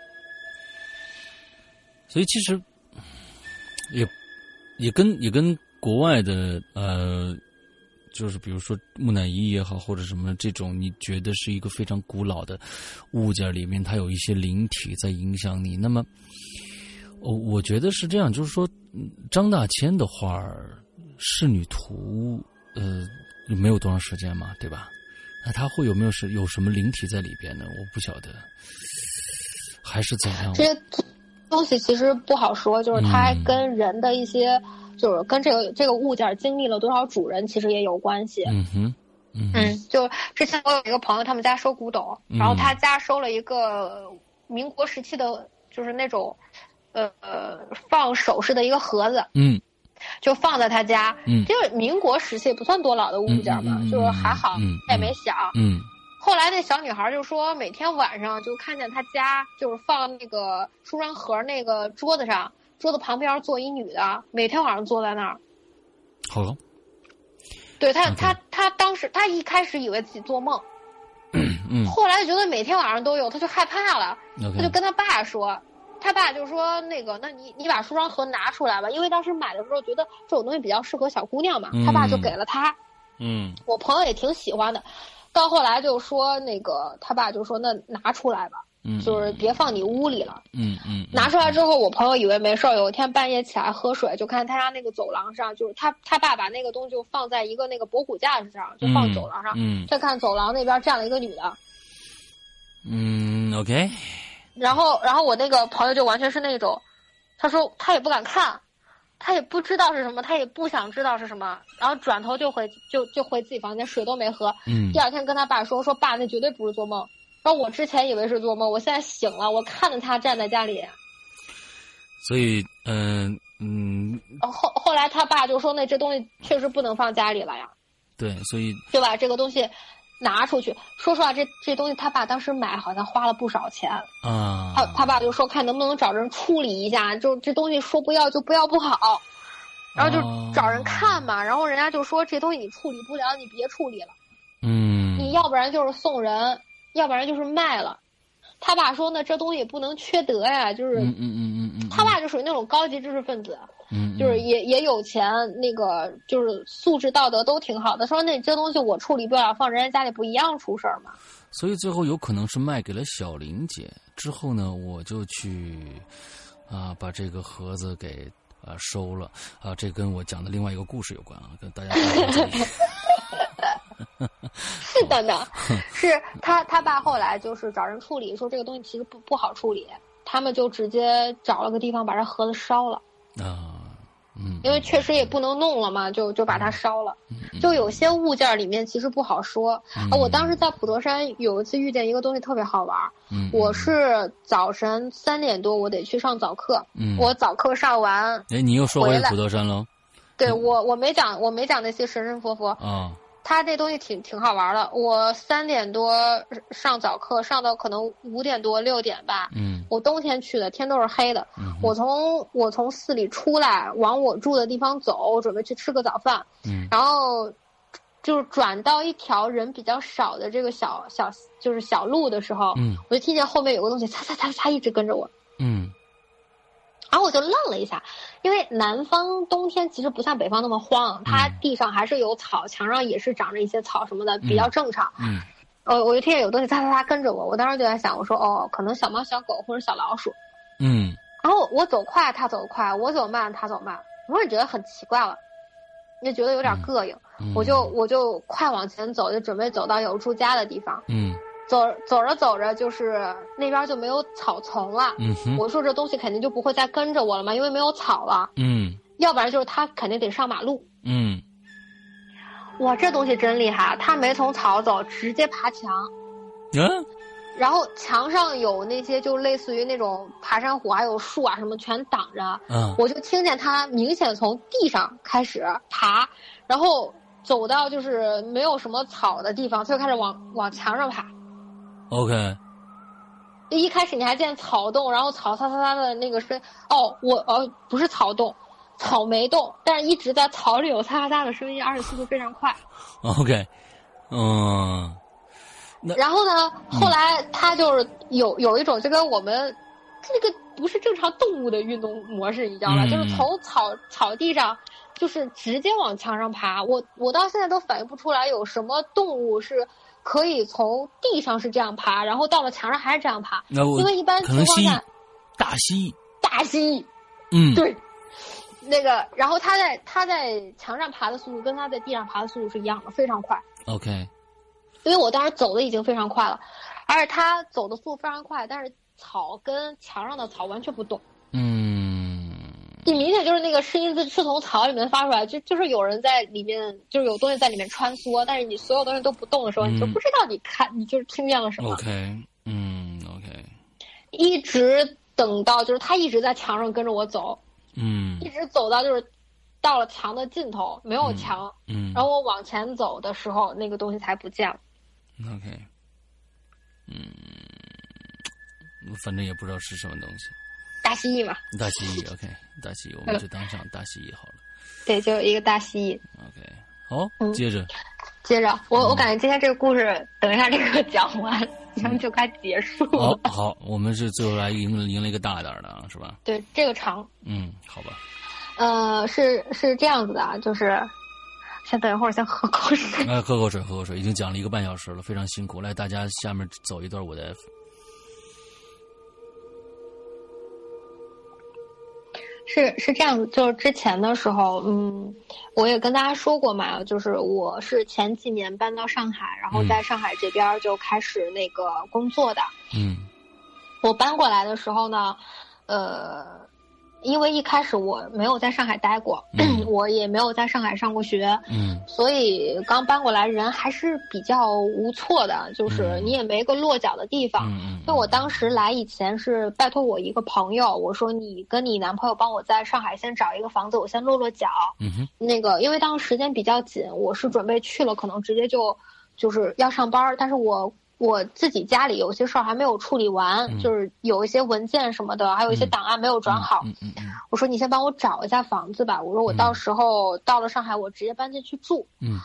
[SPEAKER 3] 所以其实也也跟也跟国外的呃，就是比如说木乃伊也好，或者什么这种，你觉得是一个非常古老的物件里面，它有一些灵体在影响你。那么，我、我觉得是这样，就是说嗯张大千的画儿《仕女图》呃，没有多长时间嘛，对吧？那他会有没有是有什么灵体在里边呢？我不晓得，还是怎样？
[SPEAKER 5] 这些东西其实不好说，就是它还
[SPEAKER 3] 嗯
[SPEAKER 5] 跟人的一些，就是跟这个这个物件经历了多少主人，其实也有关系。
[SPEAKER 3] 嗯哼，嗯哼
[SPEAKER 5] 嗯，就之前我有一个朋友，他们家收古董，
[SPEAKER 3] 嗯
[SPEAKER 5] 然后他家收了一个民国时期的，就是那种，呃，放首饰的一个盒子，
[SPEAKER 3] 嗯
[SPEAKER 5] 就放在他家。
[SPEAKER 3] 嗯
[SPEAKER 5] 因为民国时期也不算多老的物件嘛，
[SPEAKER 3] 嗯嗯嗯嗯
[SPEAKER 5] 就是还好，
[SPEAKER 3] 嗯嗯
[SPEAKER 5] 也没响。
[SPEAKER 3] 嗯
[SPEAKER 5] 后来那小女孩就说，每天晚上就看见她家就是放那个梳妆盒那个桌子上，桌子旁边坐一女的，每天晚上坐在那儿。
[SPEAKER 3] 好了，
[SPEAKER 5] 对她，
[SPEAKER 3] OK
[SPEAKER 5] 她她当时她一开始以为自己做梦，
[SPEAKER 3] 嗯
[SPEAKER 5] 后来就觉得每天晚上都有，她就害怕了，她就
[SPEAKER 3] ，OK，
[SPEAKER 5] 跟她爸说。她爸就说：“那个，那你你把梳妆盒拿出来吧，因为当时买的时候觉得这种东西比较适合小姑娘嘛。
[SPEAKER 3] 嗯
[SPEAKER 5] 她爸就给了她，
[SPEAKER 3] 嗯
[SPEAKER 5] 我朋友也挺喜欢的。到后来就说那个，她爸就说：那拿出来吧，
[SPEAKER 3] 嗯，
[SPEAKER 5] 就是别放你屋里了。
[SPEAKER 3] 嗯嗯
[SPEAKER 5] 拿出来之后，我朋友以为没事儿，有一天半夜起来喝水，就看他家那个走廊上，就是他他爸把那个东西就放在一个那个博古架子上，就放走廊上。
[SPEAKER 3] 嗯
[SPEAKER 5] 再看走廊那边站了一个女的，
[SPEAKER 3] 嗯，OK，
[SPEAKER 5] 然后然后我那个朋友就完全是那种，他说他也不敢看，他也不知道是什么，他也不想知道是什么，然后转头就回就就回自己房间，水都没喝。
[SPEAKER 3] 嗯
[SPEAKER 5] 第二天跟他爸说，说爸那绝对不是做梦。然后我之前以为是做梦，我现在醒了，我看着他站在家里。
[SPEAKER 3] 所以嗯嗯，
[SPEAKER 5] 然后后后来他爸就说：“那这东西确实不能放家里了呀，
[SPEAKER 3] 对，所以
[SPEAKER 5] 就把这个东西拿出去。”说实话，这这东西他爸当时买好像花了不少钱。
[SPEAKER 3] 啊，
[SPEAKER 5] 他他爸就说：“看能不能找人处理一下，就这东西说不要就不要不好。”然后
[SPEAKER 3] 哦
[SPEAKER 5] 就找人看嘛，然后人家就说：“这东西你处理不了，你别处理了，
[SPEAKER 3] 嗯，
[SPEAKER 5] 你要不然就是送人，要不然就是卖了。”他爸说：“那这东西也不能缺德呀，就是。
[SPEAKER 3] 嗯嗯嗯嗯嗯，
[SPEAKER 5] 他爸就属于那种高级知识分子，
[SPEAKER 3] 嗯
[SPEAKER 5] 就是也也有钱，那个就是素质道德都挺好的。说那这东西我处理不了，放人家家里不一样出事儿吗？
[SPEAKER 3] 所以最后有可能是卖给了小玲姐。之后呢，我就去啊把这个盒子给啊收了啊，这跟我讲的另外一个故事有关啊，跟大家
[SPEAKER 5] 是的呢， 是他他爸后来就是找人处理，说这个东西其实不不好处理，他们就直接找了个地方把这盒子烧了，
[SPEAKER 3] 啊，嗯，
[SPEAKER 5] 因为确实也不能弄了嘛，就就把它烧了。
[SPEAKER 3] 嗯
[SPEAKER 5] 就有些物件里面其实不好说啊。我当时在普陀山有一次遇见一个东西特别好玩儿，
[SPEAKER 3] 嗯
[SPEAKER 5] 我是早晨三点多我得去上早课，
[SPEAKER 3] 嗯
[SPEAKER 5] 我早课上完
[SPEAKER 3] 哎，你又说回
[SPEAKER 5] 回来
[SPEAKER 3] 普陀山喽
[SPEAKER 5] 对
[SPEAKER 3] 嗯
[SPEAKER 5] 我，我没讲，我没讲那些神神佛佛，
[SPEAKER 3] 啊？
[SPEAKER 5] 他这东西挺挺好玩的。我三点多上早课，上到可能五点多六点吧。
[SPEAKER 3] 嗯
[SPEAKER 5] 我冬天去的，天都是黑的。
[SPEAKER 3] 嗯
[SPEAKER 5] 我从我从寺里出来，往我住的地方走，我准备去吃个早饭，
[SPEAKER 3] 嗯
[SPEAKER 5] 然后就是转到一条人比较少的这个小小就是小路的时候，
[SPEAKER 3] 嗯
[SPEAKER 5] 我就听见后面有个东西擦擦擦擦一直跟着我，
[SPEAKER 3] 嗯
[SPEAKER 5] 然后我就愣了一下，因为南方冬天其实不像北方那么荒，
[SPEAKER 3] 嗯
[SPEAKER 5] 它地上还是有草，墙上也是长着一些草什么的，比较正常。
[SPEAKER 3] 嗯
[SPEAKER 5] 呃，我就听见有东西哒哒哒跟着我，我当时就在想，我说哦，可能小猫、小狗或者小老鼠。
[SPEAKER 3] 嗯
[SPEAKER 5] 然后我走快，他走快；我走慢，他走慢。我也觉得很奇怪了，也觉得有点膈应。
[SPEAKER 3] 嗯，
[SPEAKER 5] 我就我就快往前走，就准备走到有住家的地方。
[SPEAKER 3] 嗯
[SPEAKER 5] 走走着走着，就是那边就没有草丛了。
[SPEAKER 3] 嗯哼
[SPEAKER 5] 我说这东西肯定就不会再跟着我了嘛，因为没有草了。
[SPEAKER 3] 嗯
[SPEAKER 5] 要不然就是它肯定得上马路。
[SPEAKER 3] 嗯
[SPEAKER 5] 哇，这东西真厉害！它没从草走，直接爬墙，
[SPEAKER 3] 嗯
[SPEAKER 5] 然后墙上有那些就类似于那种爬山虎，还有树啊什么全挡着。
[SPEAKER 3] 啊
[SPEAKER 5] 我就听见它明显从地上开始爬，然后走到就是没有什么草的地方，它就开始往往墙上爬。
[SPEAKER 3] ，OK，
[SPEAKER 5] 一开始你还见草洞，然后草擦擦擦的那个声，哦，我哦不是草洞，草莓洞，但是一直在草里有擦擦擦的声音，而且速度非常快。
[SPEAKER 3] OK，嗯
[SPEAKER 5] 然后呢，后来它就是有有一种就跟我们这个不是正常动物的运动模式，你知道吧？
[SPEAKER 3] 嗯
[SPEAKER 5] 就是从草草地上，就是直接往墙上爬。我我到现在都反应不出来有什么动物是可以从地上是这样爬，然后到了墙上还是这样爬。
[SPEAKER 3] 那我
[SPEAKER 5] 因为一般
[SPEAKER 3] 可
[SPEAKER 5] 情
[SPEAKER 3] 能
[SPEAKER 5] 况
[SPEAKER 3] 蜥
[SPEAKER 5] 下
[SPEAKER 3] 蜴，，大蜥蜴，
[SPEAKER 5] 大蜥蜴
[SPEAKER 3] 嗯，
[SPEAKER 5] 对，那个，然后它在它在墙上爬的速度跟它在地上爬的速度是一样的，非常快。
[SPEAKER 3] ，OK，
[SPEAKER 5] 因为我当时走的已经非常快了，而且它走的速度非常快，但是草跟墙上的草完全不动，
[SPEAKER 3] 嗯
[SPEAKER 5] 你明显就是那个声音是是从草里面发出来，就就是有人在里面，就是有东西在里面穿梭，但是你所有东西都不动的时
[SPEAKER 3] 嗯
[SPEAKER 5] 候，
[SPEAKER 3] 哦
[SPEAKER 5] 你就不知道你看你就是听见了什么。
[SPEAKER 3] ，OK，嗯，OK，
[SPEAKER 5] 一直等到就是它一直在墙上跟着我走，
[SPEAKER 3] 嗯
[SPEAKER 5] 一直走到就是到了墙的尽头，没有
[SPEAKER 3] 嗯
[SPEAKER 5] 墙。
[SPEAKER 3] 嗯
[SPEAKER 5] 然后我往前走的时候，那个东西才不见了。
[SPEAKER 3] ，OK，嗯，反正也不知道是什么东西，
[SPEAKER 5] 大蜥蜴嘛，
[SPEAKER 3] 大蜥蜴，OK，大蜥蜴，我们就当上大蜥蜴好了
[SPEAKER 5] 对，就有一个大蜥蜴。
[SPEAKER 3] ，OK，好，
[SPEAKER 5] 嗯
[SPEAKER 3] 接 着，
[SPEAKER 5] 接着，我
[SPEAKER 3] 嗯
[SPEAKER 5] 我感觉今天这个故事，等一下这个讲完， 然后就该结束
[SPEAKER 3] 好
[SPEAKER 5] 了。
[SPEAKER 3] 好，我们是最后来赢赢了一个大点儿的啊，是吧？
[SPEAKER 5] 对，这个长，
[SPEAKER 3] 嗯，好吧，
[SPEAKER 5] 呃，是是这样子的啊，就是先等一会儿，先喝口水。
[SPEAKER 3] 哎，喝口水，喝口水，已经讲了一个半小时了，非常辛苦，来，大家下面走一段我的，
[SPEAKER 5] 是是这样子，就是之前的时候，嗯，我也跟大家说过嘛，就是我是前几年搬到上海，然后
[SPEAKER 3] 嗯
[SPEAKER 5] 在上海这边儿就开始那个工作的。
[SPEAKER 3] 嗯
[SPEAKER 5] 我搬过来的时候呢，呃，因为一开始我没有在上海待过，
[SPEAKER 3] 嗯
[SPEAKER 5] 我也没有在上海上过学，
[SPEAKER 3] 嗯
[SPEAKER 5] 所以刚搬过来人还是比较无措的，就是
[SPEAKER 3] 嗯
[SPEAKER 5] 你也没个落脚的地方。
[SPEAKER 3] 嗯嗯，
[SPEAKER 5] 因为我当时来以前是拜托我一个朋友，我说你跟你男朋友帮我在上海先找一个房子，我先落落脚。
[SPEAKER 3] 嗯哼，
[SPEAKER 5] 那个，因为当时时间比较紧，我是准备去了，可能直接就就是要上班儿，但是我我自己家里有些事儿还没有处理完，
[SPEAKER 3] 嗯
[SPEAKER 5] 就是有一些文件什么的，还有一些
[SPEAKER 3] 嗯
[SPEAKER 5] 档案没有转好。
[SPEAKER 3] 嗯嗯嗯
[SPEAKER 5] 我说你先帮我找一下房子吧，我说我
[SPEAKER 3] 嗯
[SPEAKER 5] 到时候到了上海，我直接搬进去住。
[SPEAKER 3] 嗯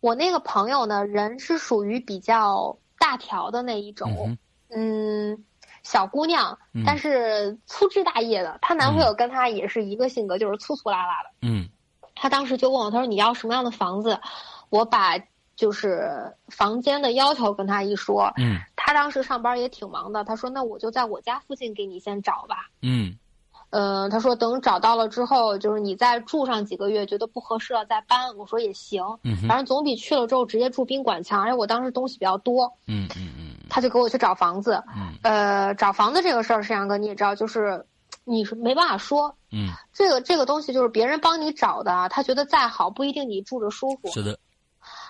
[SPEAKER 5] 我那个朋友呢，人是属于比较大条的那一
[SPEAKER 3] 嗯
[SPEAKER 5] 种
[SPEAKER 3] 哼，，
[SPEAKER 5] 嗯。小姑娘
[SPEAKER 3] 嗯，
[SPEAKER 5] 但是粗枝大叶的，她男朋友跟她也是一个性格，就是粗粗拉拉的。
[SPEAKER 3] 嗯
[SPEAKER 5] 他当时就问我，他说你要什么样的房子？我把就是房间的要求跟他一说，
[SPEAKER 3] 嗯
[SPEAKER 5] 他当时上班也挺忙的，他说那我就在我家附近给你先找吧。
[SPEAKER 3] 嗯
[SPEAKER 5] 嗯，他说等找到了之后，就是你再住上几个月，觉得不合适了再搬。我说也行，
[SPEAKER 3] 嗯哼，
[SPEAKER 5] 反正总比去了之后直接住宾馆强。而且我当时东西比较多，
[SPEAKER 3] 嗯嗯嗯
[SPEAKER 5] 他就给我去找房子。
[SPEAKER 3] 嗯
[SPEAKER 5] 呃，找房子这个事儿，沈阳哥你也知道，就是你是没办法说，
[SPEAKER 3] 嗯，
[SPEAKER 5] 这个这个东西就是别人帮你找的啊，他觉得再好不一定你住着舒服，
[SPEAKER 3] 嗯是的，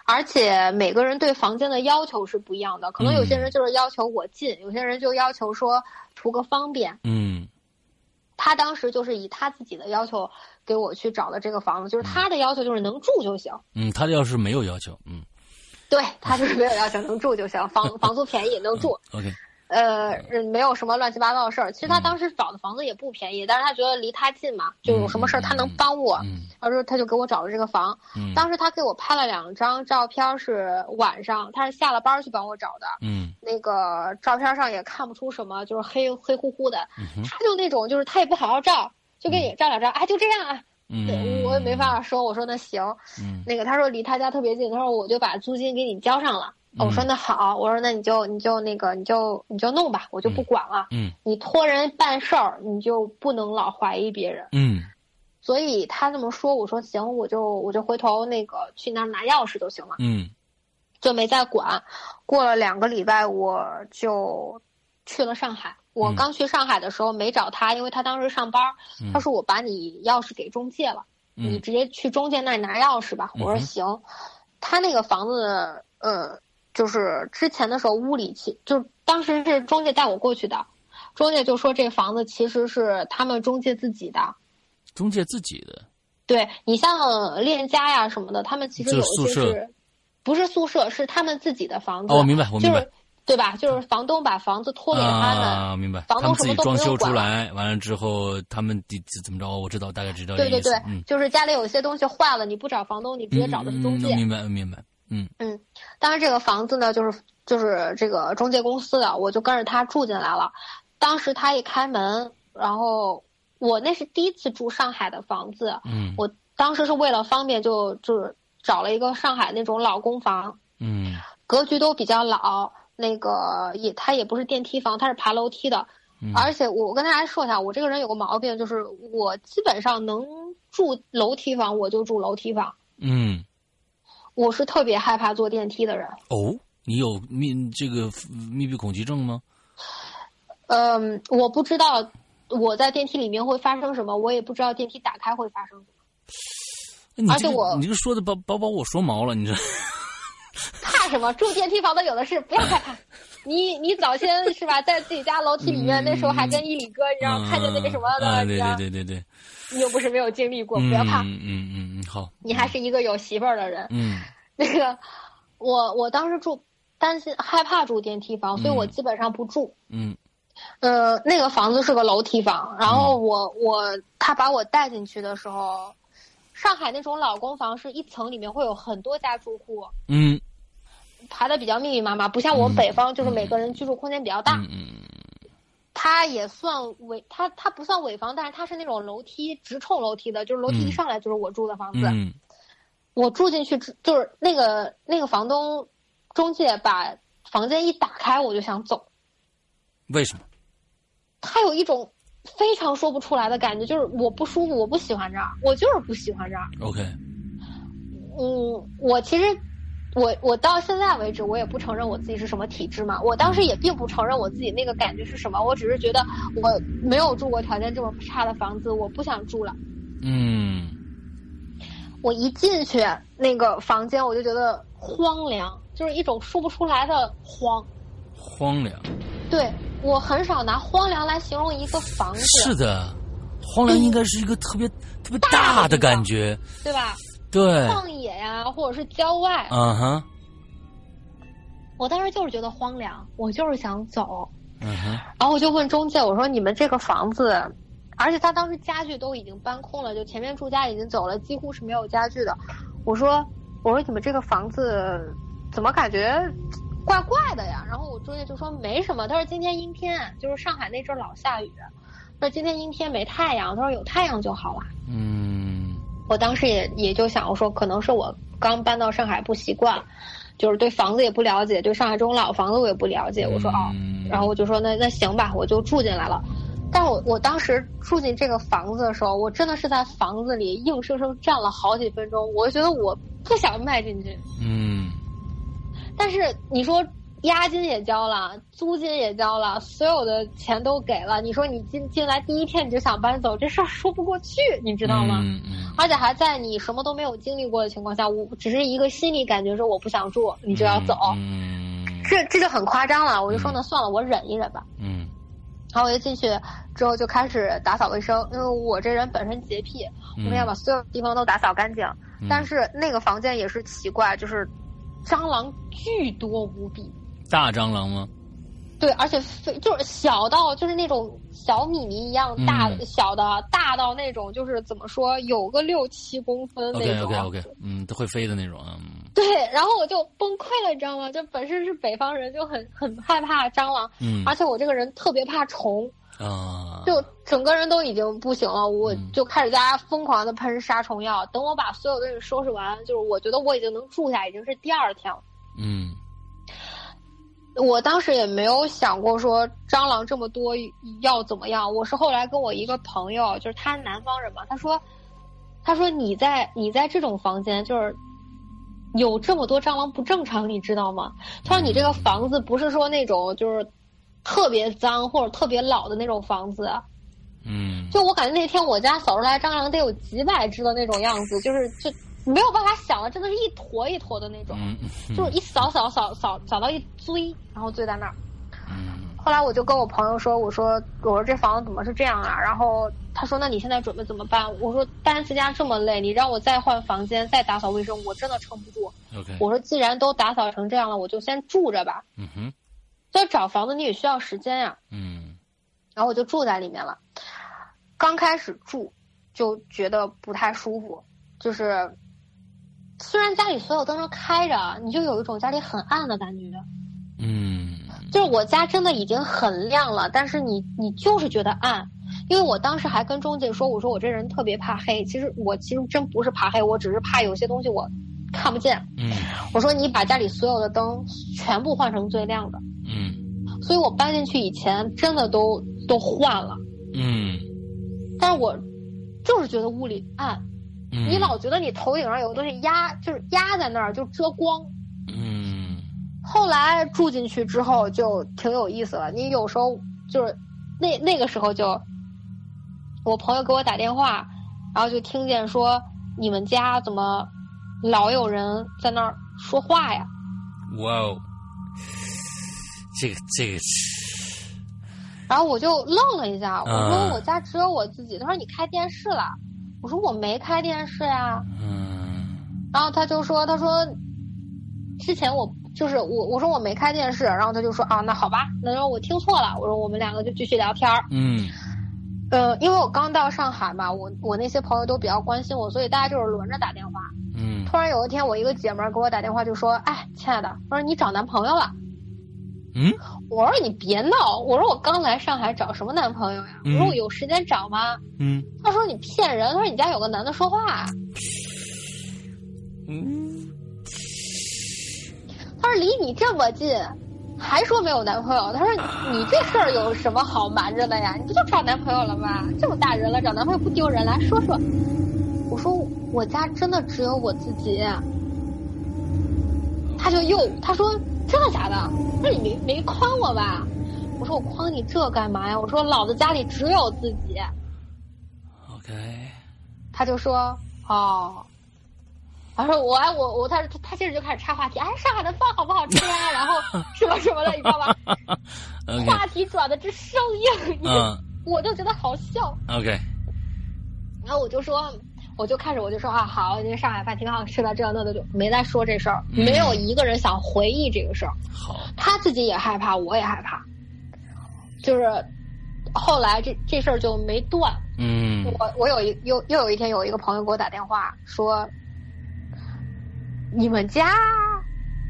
[SPEAKER 5] 而且每个人对房间的要求是不一样的，可能有
[SPEAKER 3] 嗯
[SPEAKER 5] 些人就是要求我近，有些人就要求说图个方便。
[SPEAKER 3] 嗯
[SPEAKER 5] 他当时就是以他自己的要求给我去找的这个房子，就是他的要求就是能住就行，
[SPEAKER 3] 嗯，他要是没有要求，嗯
[SPEAKER 5] 对他就是没有要求能住就行，房房租便宜能住，
[SPEAKER 3] 嗯，OK，
[SPEAKER 5] 呃，没有什么乱七八糟的事儿。
[SPEAKER 3] 嗯
[SPEAKER 5] 其实他当时找的房子也不便宜，但是他觉得离他近嘛，就有什么事儿他能帮我，
[SPEAKER 3] 嗯
[SPEAKER 5] 他说他就给我找了这个房。
[SPEAKER 3] 嗯
[SPEAKER 5] 当时他给我拍了两张照片，是晚上，他是下了班去帮我找的。
[SPEAKER 3] 嗯
[SPEAKER 5] 那个照片上也看不出什么，就是黑黑乎乎的。
[SPEAKER 3] 嗯哼
[SPEAKER 5] 他就那种，就是他也不好好照，就给你照两张，哎，就这样啊。
[SPEAKER 3] 嗯，
[SPEAKER 5] 对，我也没办，法说，我说那行。
[SPEAKER 3] 嗯
[SPEAKER 5] 那个他说离他家特别近，他说我就把租金给你交上了。
[SPEAKER 3] 嗯
[SPEAKER 5] 我说那好，我说那你就你就那个你就你就弄吧，我就不管了。
[SPEAKER 3] 嗯
[SPEAKER 5] 你托人办事儿，你就不能老怀疑别人。
[SPEAKER 3] 嗯
[SPEAKER 5] 所以他这么说，我说行，我就我就回头那个去那儿拿钥匙就行了，
[SPEAKER 3] 嗯
[SPEAKER 5] 就没再管。过了两个礼拜，我就去了上海。我
[SPEAKER 3] 嗯
[SPEAKER 5] 刚去上海的时候没找他，因为他当时上班儿。
[SPEAKER 3] 嗯
[SPEAKER 5] 他说我把你钥匙给中介了，你
[SPEAKER 3] 嗯
[SPEAKER 5] 直接去中介那儿拿钥匙吧。我
[SPEAKER 3] 嗯
[SPEAKER 5] 说
[SPEAKER 3] 哼
[SPEAKER 5] 行。他那个房子，呃，就是之前的时候屋里其就当时是中介带我过去的，中介就说这房子其实是他们中介自己的。
[SPEAKER 3] 中介自己的，
[SPEAKER 5] 对你像链家呀什么的，他们其实
[SPEAKER 3] 就
[SPEAKER 5] 有
[SPEAKER 3] 是
[SPEAKER 5] 一些
[SPEAKER 3] 宿舍
[SPEAKER 5] 是，不是宿舍，是他们自己的房子。
[SPEAKER 3] 哦，我明白，我
[SPEAKER 5] 就
[SPEAKER 3] 明白
[SPEAKER 5] 是，对吧？就是房东把房子托给他们，
[SPEAKER 3] 啊，明白，
[SPEAKER 5] 房东
[SPEAKER 3] 他们自
[SPEAKER 5] 什
[SPEAKER 3] 己
[SPEAKER 5] 么都
[SPEAKER 3] 装
[SPEAKER 5] 不用
[SPEAKER 3] 修出
[SPEAKER 5] 管
[SPEAKER 3] 来，完了之后他们得怎么着，我知道，大概知道这
[SPEAKER 5] 对
[SPEAKER 3] 个
[SPEAKER 5] 对
[SPEAKER 3] 意思
[SPEAKER 5] 对，，
[SPEAKER 3] 嗯，
[SPEAKER 5] 就是家里有些东西坏了，你不找房东，你直接找的是中
[SPEAKER 3] 嗯
[SPEAKER 5] 介。
[SPEAKER 3] 嗯嗯明白，我明白，嗯
[SPEAKER 5] 当然，这个房子呢，就是就是这个中介公司的，我就跟着他住进来了。当时他一开门，然后我那是第一次住上海的房子，
[SPEAKER 3] 嗯
[SPEAKER 5] 我当时是为了方便就就是找了一个上海那种老公房，
[SPEAKER 3] 嗯
[SPEAKER 5] 格局都比较老，那个也它也不是电梯房，它是爬楼梯的。
[SPEAKER 3] 嗯，
[SPEAKER 5] 而且我跟大家说一下，我这个人有个毛病，就是我基本上能住楼梯房我就住楼梯房，
[SPEAKER 3] 嗯
[SPEAKER 5] 我是特别害怕坐电梯的人。
[SPEAKER 3] 哦，你有密这个密闭恐惧症吗？
[SPEAKER 5] 嗯，我不知道我在电梯里面会发生什么，我也不知道电梯打开会发生什么。
[SPEAKER 3] 你
[SPEAKER 5] 而
[SPEAKER 3] 这
[SPEAKER 5] 且
[SPEAKER 3] 个
[SPEAKER 5] 我
[SPEAKER 3] 你这个说的把把把我说毛了，你这
[SPEAKER 5] 怕什么？住电梯房的有的是，不要 害怕。你你早先是吧，在自己家楼梯里面，那时候还跟一里哥，你知道，看见那个什么
[SPEAKER 3] 嗯啊
[SPEAKER 5] 的，
[SPEAKER 3] 啊
[SPEAKER 5] 你
[SPEAKER 3] 对
[SPEAKER 5] 知道
[SPEAKER 3] 对，对对对，
[SPEAKER 5] 你又不是没有经历过，
[SPEAKER 3] 嗯
[SPEAKER 5] 不要怕，
[SPEAKER 3] 嗯嗯嗯，好，
[SPEAKER 5] 你还是一个有媳妇儿的人。
[SPEAKER 3] 嗯
[SPEAKER 5] 那个，我我当时住担心害怕住电梯房，所以我
[SPEAKER 3] 嗯
[SPEAKER 5] 基本上不住。
[SPEAKER 3] 嗯
[SPEAKER 5] 呃，那个房子是个楼梯房，然后我我他把我带进去的时候，上海那种老公房是一层里面会有很多家住户，
[SPEAKER 3] 嗯
[SPEAKER 5] 排的比较密密麻麻，不像我
[SPEAKER 3] 嗯
[SPEAKER 5] 们北方就是每个人居住空间比较大。
[SPEAKER 3] 嗯嗯
[SPEAKER 5] 它也算尾，它它不算尾房，但是它是那种楼梯直冲楼梯的，就是楼梯
[SPEAKER 3] 嗯
[SPEAKER 5] 一上来就是我住的房子。
[SPEAKER 3] 嗯
[SPEAKER 5] 我住进去之就是那个那个房东中介把房间一打开，我就想走。
[SPEAKER 3] 为什么？
[SPEAKER 5] 他有一种非常说不出来的感觉，就是我不舒服，我不喜欢这儿，我就是不喜欢这儿。
[SPEAKER 3] OK，
[SPEAKER 5] 嗯，我其实我我到现在为止，我也不承认我自己是什么体质嘛。我当时也并不承认我自己那个感觉是什么，我只是觉得我没有住过条件这么差的房子，我不想住了。
[SPEAKER 3] 嗯
[SPEAKER 5] 我一进去那个房间，我就觉得荒凉，就是一种说不出来的慌。
[SPEAKER 3] 荒凉，
[SPEAKER 5] 对我很少拿荒凉来形容一个房子，
[SPEAKER 3] 是的，荒凉应该是一个特别特别大的感觉，
[SPEAKER 5] 对吧？
[SPEAKER 3] 对，
[SPEAKER 5] 旷野呀、或者是郊外，
[SPEAKER 3] 嗯哼
[SPEAKER 5] 我当时就是觉得荒凉，我就是想走。
[SPEAKER 3] 嗯哼，
[SPEAKER 5] 然后我就问中介，我说你们这个房子，而且他当时家具都已经搬空了，就前面住家已经走了，几乎是没有家具的。我说我说你们这个房子怎么感觉怪怪的呀？然后我中介就说没什么，他说今天阴天，就是上海那阵儿老下雨，他说今天阴天没太阳，他说有太阳就好了。
[SPEAKER 3] 嗯
[SPEAKER 5] 我当时也也就想，我说可能是我刚搬到上海不习惯，就是对房子也不了解，对上海这种老房子我也不了解。我说哦，
[SPEAKER 3] 嗯
[SPEAKER 5] 然后我就说那那行吧，我就住进来了。但我我当时住进这个房子的时候，我真的是在房子里硬生生站了好几分钟，我觉得我不想迈进去。
[SPEAKER 3] 嗯
[SPEAKER 5] 但是你说押金也交了，租金也交了，所有的钱都给了，你说你进进来第一天你就想搬走，这事儿说不过去，你知道吗？
[SPEAKER 3] 嗯嗯
[SPEAKER 5] 而且还在你什么都没有经历过的情况下，我只是一个心理感觉说我不想住，你就要走，
[SPEAKER 3] 嗯
[SPEAKER 5] 这这就很夸张了。我就说那算了，我忍一忍吧。
[SPEAKER 3] 嗯
[SPEAKER 5] 然后我就进去之后就开始打扫卫生，因为我这人本身洁癖，
[SPEAKER 3] 嗯
[SPEAKER 5] 我们要把所有地方都打扫干净。但是那个房间也是奇怪，就是蟑螂巨多无比，
[SPEAKER 3] 大蟑螂吗？
[SPEAKER 5] 对，而且非就是小到就是那种小米米一样
[SPEAKER 3] 嗯
[SPEAKER 5] 大、小的，大到那种就是怎么说有个六七公分那
[SPEAKER 3] OK
[SPEAKER 5] 种。
[SPEAKER 3] OK OK，嗯，都会飞的那种啊。
[SPEAKER 5] 对，然后我就崩溃了，你知道吗？就本身是北方人，就很很害怕蟑螂，
[SPEAKER 3] 嗯
[SPEAKER 5] 而且我这个人特别怕虫，
[SPEAKER 3] 啊，
[SPEAKER 5] 啊就整个人都已经不行了，我
[SPEAKER 3] 嗯
[SPEAKER 5] 就开始在家疯狂的喷杀虫药。等我把所有东西收拾完，就是我觉得我已经能住下，已经是第二天了。
[SPEAKER 3] 嗯
[SPEAKER 5] 我当时也没有想过说蟑螂这么多要怎么样。我是后来跟我一个朋友，就是他南方人嘛，他说，他说你在你在这种房间就是有这么多蟑螂不正常，你知道吗？他说你这个房子不是说那种就是特别脏或者特别老的那种房子，
[SPEAKER 3] 嗯，
[SPEAKER 5] 就我感觉那天我家扫出来蟑螂得有几百只的那种样子，就是就没有办法想了，真的是一坨一坨的那种。
[SPEAKER 3] 嗯嗯
[SPEAKER 5] 就是一扫扫扫扫扫到一堆，然后堆在那儿。
[SPEAKER 3] 嗯
[SPEAKER 5] 后来我就跟我朋友说：“我说我说这房子怎么是这样啊？”然后他说：“那你现在准备怎么办？”我说：“单次家这么累，你让我再换房间再打扫卫生，我真的撑不住。
[SPEAKER 3] ，OK，
[SPEAKER 5] 我说既然都打扫成这样了，我就先住着吧。
[SPEAKER 3] 嗯哼，
[SPEAKER 5] 就找房子你也需要时间呀、
[SPEAKER 3] 嗯
[SPEAKER 5] 然后我就住在里面了。刚开始住就觉得不太舒服，就是虽然家里所有灯都开着啊，你就有一种家里很暗的感觉。
[SPEAKER 3] 嗯
[SPEAKER 5] 就是我家真的已经很亮了，但是你你就是觉得暗，因为我当时还跟中介说，我说我这人特别怕黑，其实我其实真不是怕黑，我只是怕有些东西我看不见。
[SPEAKER 3] 嗯
[SPEAKER 5] 我说你把家里所有的灯全部换成最亮的，
[SPEAKER 3] 嗯
[SPEAKER 5] 所以我搬进去以前真的都都换了，
[SPEAKER 3] 嗯
[SPEAKER 5] 但是我就是觉得屋里暗，
[SPEAKER 3] 嗯，
[SPEAKER 5] 你老觉得你头顶上有个东西压，就是压在那儿就遮光，
[SPEAKER 3] 嗯
[SPEAKER 5] 后来住进去之后就挺有意思了。你有时候就是那那个时候就，我朋友给我打电话，然后就听见说你们家怎么老有人在那儿说话呀？
[SPEAKER 3] 哇哦，这个这个，
[SPEAKER 5] 然后我就愣了一下，我
[SPEAKER 3] 嗯
[SPEAKER 5] 说我家只有我自己。他说你开电视了，我说我没开电视呀、
[SPEAKER 3] 嗯
[SPEAKER 5] 然后他就说，他说之前我就是我我说我没开电视，然后他就说啊那好吧，那说我听错了。我说我们两个就继续聊天儿。
[SPEAKER 3] 嗯
[SPEAKER 5] 呃，因为我刚到上海嘛，我我那些朋友都比较关心我，所以大家就是轮着打电话。
[SPEAKER 3] 嗯
[SPEAKER 5] 突然有一天，我一个姐们儿给我打电话，就说：“哎，亲爱的，我说你找男朋友了。
[SPEAKER 3] 嗯，”
[SPEAKER 5] 我说：“你别闹！”我说：“我刚来上海，找什么男朋友呀？”我
[SPEAKER 3] 嗯
[SPEAKER 5] 说：“我有时间找吗
[SPEAKER 3] 嗯？”
[SPEAKER 5] 她说：“你骗人！”她说：“你家有个男的说话。”啊
[SPEAKER 3] 嗯
[SPEAKER 5] 她说：“离你这么近，还说没有男朋友？”她说：“你这事儿有什么好瞒着的呀？你不就找男朋友了吗？这么大人了，找男朋友不丢人，来说说。”我说：“我家真的只有我自己。”他就又他说：“真的假的？那你没没诓我吧？”我说：“我诓你这干嘛呀？”我说：“老子家里只有自己。
[SPEAKER 3] ，OK，”
[SPEAKER 5] 他就说：“哦。”他说我哎我我他他他接着就开始插话题，哎上海的饭好不好吃啊？然后什么什么的，你知道吧？
[SPEAKER 3] OK，
[SPEAKER 5] 话题转的之生硬，你
[SPEAKER 3] 嗯
[SPEAKER 5] 我就觉得好笑。
[SPEAKER 3] ，OK，
[SPEAKER 5] 然后我就说，我就开始我就说啊，好，这上海饭挺好吃的，这那的就没再说这事儿，
[SPEAKER 3] 嗯
[SPEAKER 5] 没有一个人想回忆这个事儿。
[SPEAKER 3] 好，
[SPEAKER 5] 他自己也害怕，我也害怕，就是后来这这事儿就没断。
[SPEAKER 3] 嗯
[SPEAKER 5] 我我有一又又有一天有一个朋友给我打电话说，你们家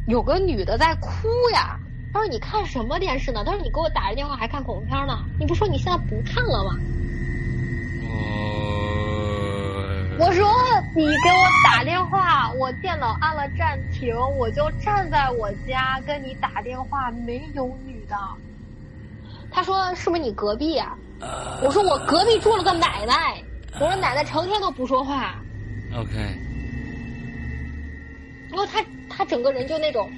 [SPEAKER 5] 有个女的在哭呀。他说你看什么电视呢？他说你给我打这电话还看恐怖片呢？你不说你现在不看了吗？
[SPEAKER 3] 我
[SPEAKER 5] 我说你给我打电话，我电脑按了暂停，我就站在我家跟你打电话，没有女的。他说是不是你隔壁呀、
[SPEAKER 3] 呃
[SPEAKER 5] 我说我隔壁住了个奶奶，我说奶奶成天都不说话。
[SPEAKER 3] 哦 OK，
[SPEAKER 5] 然后他他整个人就那种，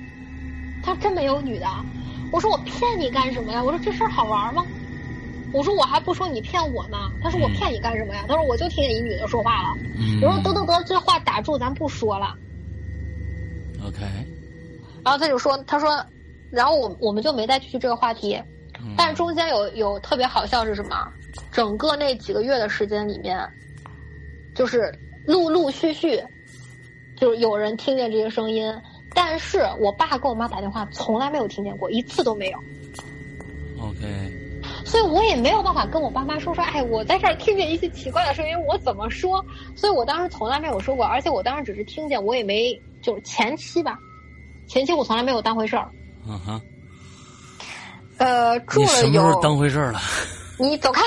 [SPEAKER 5] 他真没有女的。我说我骗你干什么呀？我说这事儿好玩吗？我说我还不说你骗我呢。他说我骗你干什么呀？他说我就听见一女的说话了。
[SPEAKER 3] 嗯
[SPEAKER 5] 我说得得得，这话打住，咱不说了。
[SPEAKER 3] 嗯，OK，
[SPEAKER 5] 然后他就说，他说，然后我我们就没再继续这个话题。
[SPEAKER 3] 嗯
[SPEAKER 5] 但是中间有有特别好笑是什么？整个那几个月的时间里面，就是陆陆续续，就是有人听见这些声音，但是我爸跟我妈打电话从来没有听见过，一次都没有，
[SPEAKER 3] OK，
[SPEAKER 5] 所以我也没有办法跟我爸妈说说，哎，我在这儿听见一些奇怪的声音，我怎么说？所以我当时从来没有说过，而且我当时只是听见，我也没就是前期吧，前期我从来没有当回事儿。
[SPEAKER 3] 嗯哼，
[SPEAKER 5] 呃，住
[SPEAKER 3] 你
[SPEAKER 5] 了
[SPEAKER 3] 什么时
[SPEAKER 5] 有
[SPEAKER 3] 候当回事儿了？
[SPEAKER 5] 你走开！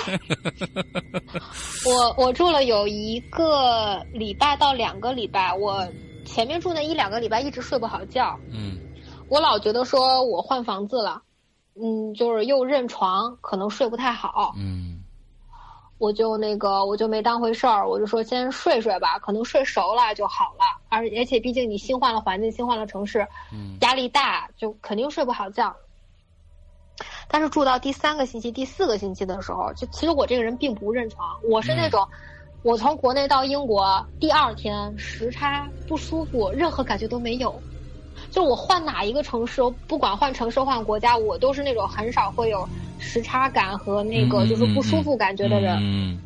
[SPEAKER 5] 我我住了有一个礼拜到两个礼拜，我前面住那一两个礼拜一直睡不好觉，
[SPEAKER 3] 嗯
[SPEAKER 5] 我老觉得说我换房子了，嗯，就是又认床，可能睡不太好，
[SPEAKER 3] 嗯
[SPEAKER 5] 我就那个我就没当回事儿，我就说先睡睡吧，可能睡熟了就好了。而而且毕竟你新换了环境，新换了城市，
[SPEAKER 3] 嗯
[SPEAKER 5] 压力大，就肯定睡不好觉。但是住到第三个星期、第四个星期的时候，就其实我这个人并不认床，我是那种，我从国内到英国第二天时差不舒服，任何感觉都没有。就我换哪一个城市，我不管换城市换国家，我都是那种很少会有时差感和那个就是不舒服感觉的人。
[SPEAKER 3] 嗯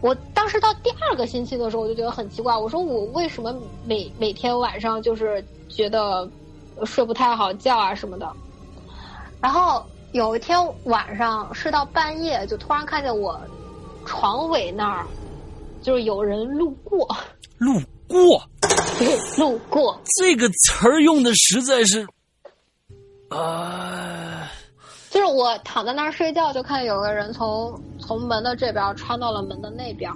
[SPEAKER 5] 我当时到第二个星期的时候，我就觉得很奇怪，我说我为什么每每天晚上就是觉得睡不太好觉啊什么的。然后有一天晚上睡到半夜，就突然看见我床尾那儿就是有人路过，
[SPEAKER 3] 路过
[SPEAKER 5] 路过，
[SPEAKER 3] 这个词儿用的实在是，啊，
[SPEAKER 5] 就是我躺在那儿睡觉，就看有个人从从门的这边穿到了门的那边。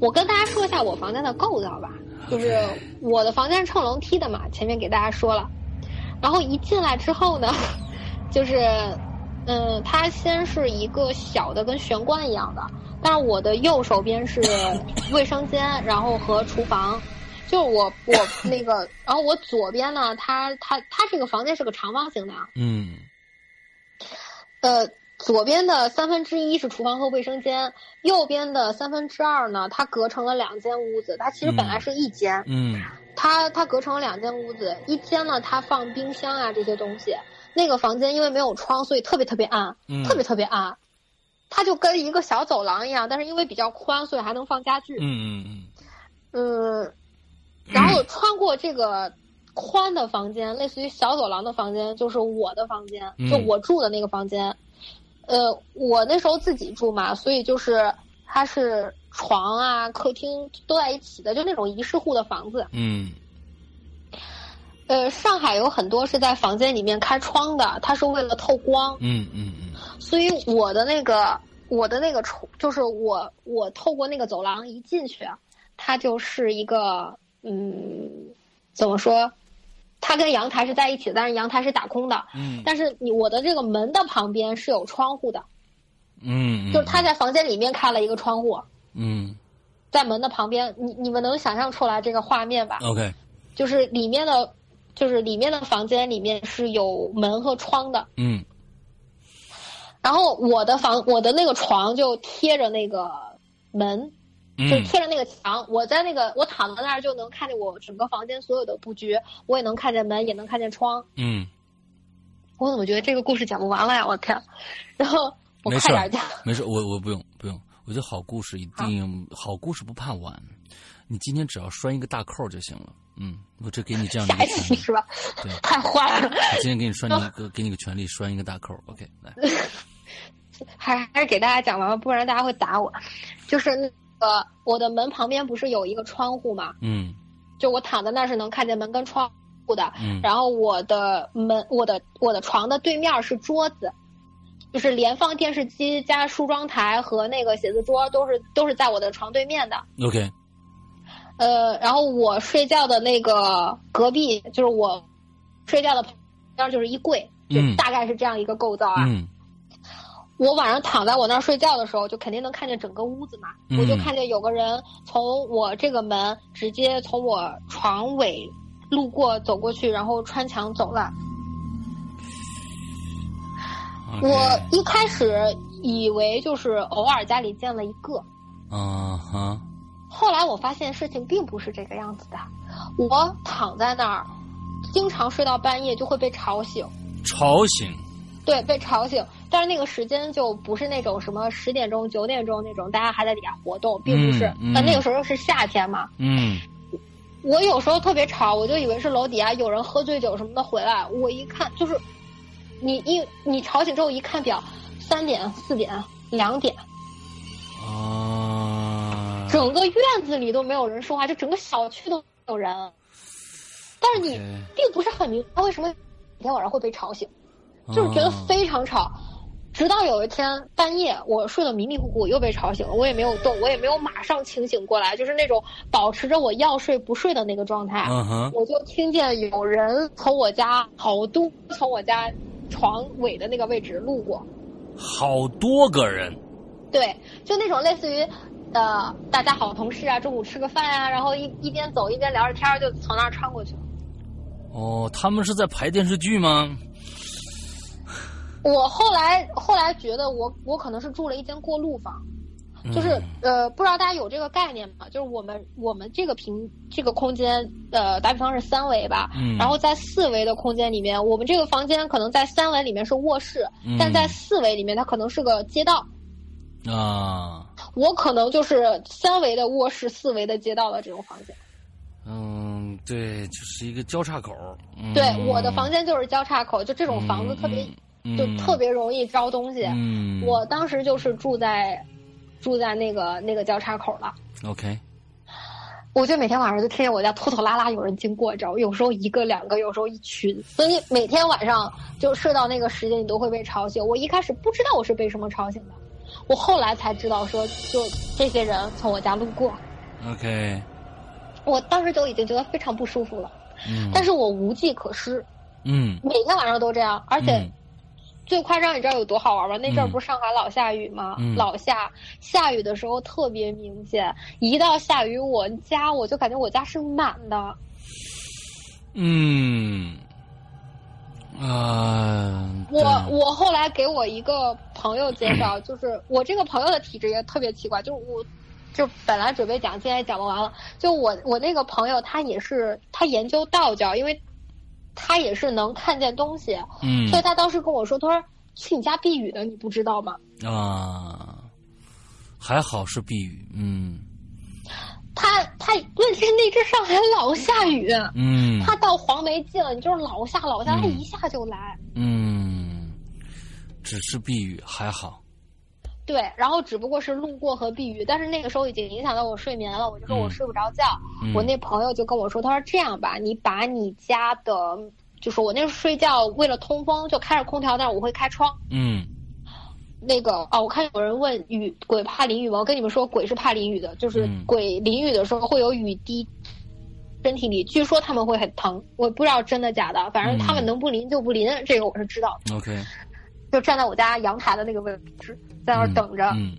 [SPEAKER 5] 我跟大家说一下我房间的构造吧，就是我的房间是乘楼梯的嘛，前面给大家说了。然后一进来之后呢， 就是，嗯，它先是一个小的跟玄关一样的，但是我的右手边是卫生间，然后和厨房。就是我我那个，然后我左边呢，它它它这个房间是个长方形的啊，
[SPEAKER 3] 嗯
[SPEAKER 5] 呃，左边的三分之一是厨房和卫生间，右边的三分之二呢，它隔成了两间屋子。它其实本来是一间，
[SPEAKER 3] 嗯
[SPEAKER 5] 它它隔成了两间屋子，一间呢它放冰箱啊这些东西，那个房间因为没有窗，所以特别特别暗，
[SPEAKER 3] 嗯，
[SPEAKER 5] 特别特别暗。它就跟一个小走廊一样，但是因为比较宽，所以还能放家具。
[SPEAKER 3] 嗯嗯嗯
[SPEAKER 5] 嗯，然后穿过这个宽的房间，类似于小走廊的房间，就是我的房间，
[SPEAKER 3] 嗯
[SPEAKER 5] 就我住的那个房间。呃，我那时候自己住嘛，所以就是它是床啊、客厅都在一起的，就那种一室户的房子。
[SPEAKER 3] 嗯
[SPEAKER 5] 呃，上海有很多是在房间里面开窗的，它是为了透光，
[SPEAKER 3] 嗯嗯嗯，
[SPEAKER 5] 所以我的那个我的那个床，就是我我透过那个走廊一进去，啊它就是一个嗯，怎么说？它跟阳台是在一起的，但是阳台是打空的。
[SPEAKER 3] 嗯
[SPEAKER 5] 但是你我的这个门的旁边是有窗户的，
[SPEAKER 3] 嗯，
[SPEAKER 5] 就是他在房间里面开了一个窗户，
[SPEAKER 3] 嗯
[SPEAKER 5] 在门的旁边，你你们能想象出来这个画面吧？
[SPEAKER 3] ，OK，
[SPEAKER 5] 就是里面的，就是里面的房间里面是有门和窗的，
[SPEAKER 3] 嗯
[SPEAKER 5] 然后我的房，我的那个床就贴着那个门，就
[SPEAKER 3] 嗯
[SPEAKER 5] 贴着那个墙。我在那个我躺在那儿就能看见我整个房间所有的布局，我也能看见门，也能看见窗。
[SPEAKER 3] 嗯，
[SPEAKER 5] 我怎么觉得这个故事讲不完了呀？我天！然后我
[SPEAKER 3] 没
[SPEAKER 5] 快
[SPEAKER 3] 事啊
[SPEAKER 5] 点讲，
[SPEAKER 3] 没事，我我不用不用，我觉得好故事一定好故事不怕晚，你今天只要拴一个大扣就行了。嗯，我这给你这样的一
[SPEAKER 5] 下
[SPEAKER 3] 个
[SPEAKER 5] 一期
[SPEAKER 3] 权利，
[SPEAKER 5] 是吧
[SPEAKER 3] 对？
[SPEAKER 5] 太坏了，
[SPEAKER 3] 我今天给你拴你一个，给你个权利，拴一个大扣。OK，来，
[SPEAKER 5] 还还是给大家讲完吧，不然大家会打我。就是那个我的门旁边不是有一个窗户嘛？
[SPEAKER 3] 嗯
[SPEAKER 5] 就我躺在那儿是能看见门跟窗户的。
[SPEAKER 3] 嗯
[SPEAKER 5] 然后我的门，我的我的床的对面是桌子，就是连放电视机加梳妆台和那个写字桌都是都是在我的床对面的。
[SPEAKER 3] ，OK，
[SPEAKER 5] 呃，然后我睡觉的那个隔壁就是我睡觉的旁边就是衣柜，就
[SPEAKER 3] 嗯
[SPEAKER 5] 大概是这样一个构造啊。
[SPEAKER 3] 嗯
[SPEAKER 5] 我晚上躺在我那儿睡觉的时候，就肯定能看见整个屋子嘛。
[SPEAKER 3] 嗯
[SPEAKER 5] 我就看见有个人从我这个门直接从我床尾路过走过去，然后穿墙走了。
[SPEAKER 3] ，OK，
[SPEAKER 5] 我一开始以为就是偶尔家里见了一个，
[SPEAKER 3] 啊哈，
[SPEAKER 5] 后来我发现事情并不是这个样子的。我躺在那儿，经常睡到半夜就会被吵醒，
[SPEAKER 3] 吵醒，
[SPEAKER 5] 对，被吵醒。但是那个时间就不是那种什么十点钟、九点钟那种，大家还在底下活动，并不是。
[SPEAKER 3] 嗯嗯
[SPEAKER 5] 但那个时候是夏天嘛，
[SPEAKER 3] 嗯
[SPEAKER 5] 我有时候特别吵，我就以为是楼底下有人喝醉酒什么的回来，我一看就是，你一你吵醒之后一看表，三点、四点、两点，
[SPEAKER 3] 啊，
[SPEAKER 5] 整个院子里都没有人说话，就整个小区都没有人。但是你
[SPEAKER 3] OK 啊哦
[SPEAKER 5] 并不是很明白为什么每天晚上会被吵醒，就是觉得非常吵。直到有一天半夜，我睡得迷迷糊糊，又被吵醒了，我也没有动，我也没有马上清醒过来，就是那种保持着我要睡不睡的那个状态。
[SPEAKER 3] 嗯哼，
[SPEAKER 5] 我就听见有人从我家好多从我家床尾的那个位置路过，
[SPEAKER 3] 好多个人，
[SPEAKER 5] 对，就那种类似于。呃，大家好同事啊，中午吃个饭啊，然后一一边走一边聊着天儿，就从那儿穿过去了。
[SPEAKER 3] 哦，他们是在排电视剧吗？
[SPEAKER 5] 我后来后来觉得我我可能是住了一间过路房，
[SPEAKER 3] 嗯
[SPEAKER 5] 就是呃，不知道大家有这个概念吗？就是我们我们这个平这个空间，呃，打比方是三维吧，
[SPEAKER 3] 嗯
[SPEAKER 5] 然后在四维的空间里面，我们这个房间可能在三维里面是卧室，
[SPEAKER 3] 嗯
[SPEAKER 5] 但在四维里面它可能是个街道。
[SPEAKER 3] 啊，
[SPEAKER 5] 我可能就是三维的卧室、四维的街道的这种房间。
[SPEAKER 3] 嗯，对，就是一个交叉口。嗯、
[SPEAKER 5] 对，我的房间就是交叉口，就这种房子特别、
[SPEAKER 3] 嗯、
[SPEAKER 5] 就特别容易招东西。
[SPEAKER 3] 嗯，
[SPEAKER 5] 我当时就是住在住在那个那个交叉口了。
[SPEAKER 3] OK，
[SPEAKER 5] 我就每天晚上就听见我家拖拖拉拉有人经过，你知道吗？有时候一个两个，有时候一群，所以每天晚上就睡到那个时间，你都会被吵醒。我一开始不知道我是被什么吵醒的，我后来才知道说，就这些人从我家路过，
[SPEAKER 3] OK，
[SPEAKER 5] 我当时就已经觉得非常不舒服了，
[SPEAKER 3] 嗯，
[SPEAKER 5] 但是我无计可施，
[SPEAKER 3] 嗯，
[SPEAKER 5] 每天晚上都这样，而且最夸张，你知道有多好玩吗？那阵儿不是上海老下雨吗？
[SPEAKER 3] 嗯
[SPEAKER 5] 老下下雨的时候特别明显，一到下雨我家我就感觉我家是满的。
[SPEAKER 3] 嗯，嗯啊，
[SPEAKER 5] 我
[SPEAKER 3] 对
[SPEAKER 5] 我后来给我一个朋友介 绍，就是我这个朋友的体质也特别奇怪，就是我，就本来准备讲，现在讲不完了。就我我那个朋友，他也是他研究道教，因为他也是能看见东西，
[SPEAKER 3] 嗯
[SPEAKER 5] 所以他当时跟我说，他说去你家避雨的，你不知道吗？
[SPEAKER 3] 啊，还好是避雨，嗯
[SPEAKER 5] 他他问题是那阵上海老下雨，
[SPEAKER 3] 嗯
[SPEAKER 5] 他到黄梅季了，你就是老下老下，
[SPEAKER 3] 嗯
[SPEAKER 5] 他一下就来。
[SPEAKER 3] 嗯，只是避雨还好，
[SPEAKER 5] 对，然后只不过是路过和避雨，但是那个时候已经影响到我睡眠了，我就说
[SPEAKER 3] 嗯
[SPEAKER 5] 我睡不着觉。
[SPEAKER 3] 嗯
[SPEAKER 5] 我那朋友就跟我说，他说这样吧，你把你家的，就是我那时候睡觉为了通风就开着空调，但是我会开窗。
[SPEAKER 3] 嗯
[SPEAKER 5] 那个啊，我看有人问雨鬼怕淋雨吗？我跟你们说，鬼是怕淋雨的，就是
[SPEAKER 3] 嗯
[SPEAKER 5] 鬼淋雨的时候会有雨滴。身体里，据说他们会很疼，我不知道真的假的，反正他们
[SPEAKER 3] 嗯
[SPEAKER 5] 能不淋就不淋，这个我是知道的。
[SPEAKER 3] OK，
[SPEAKER 5] 就站在我家阳台的那个位置，在那儿等着。
[SPEAKER 3] 嗯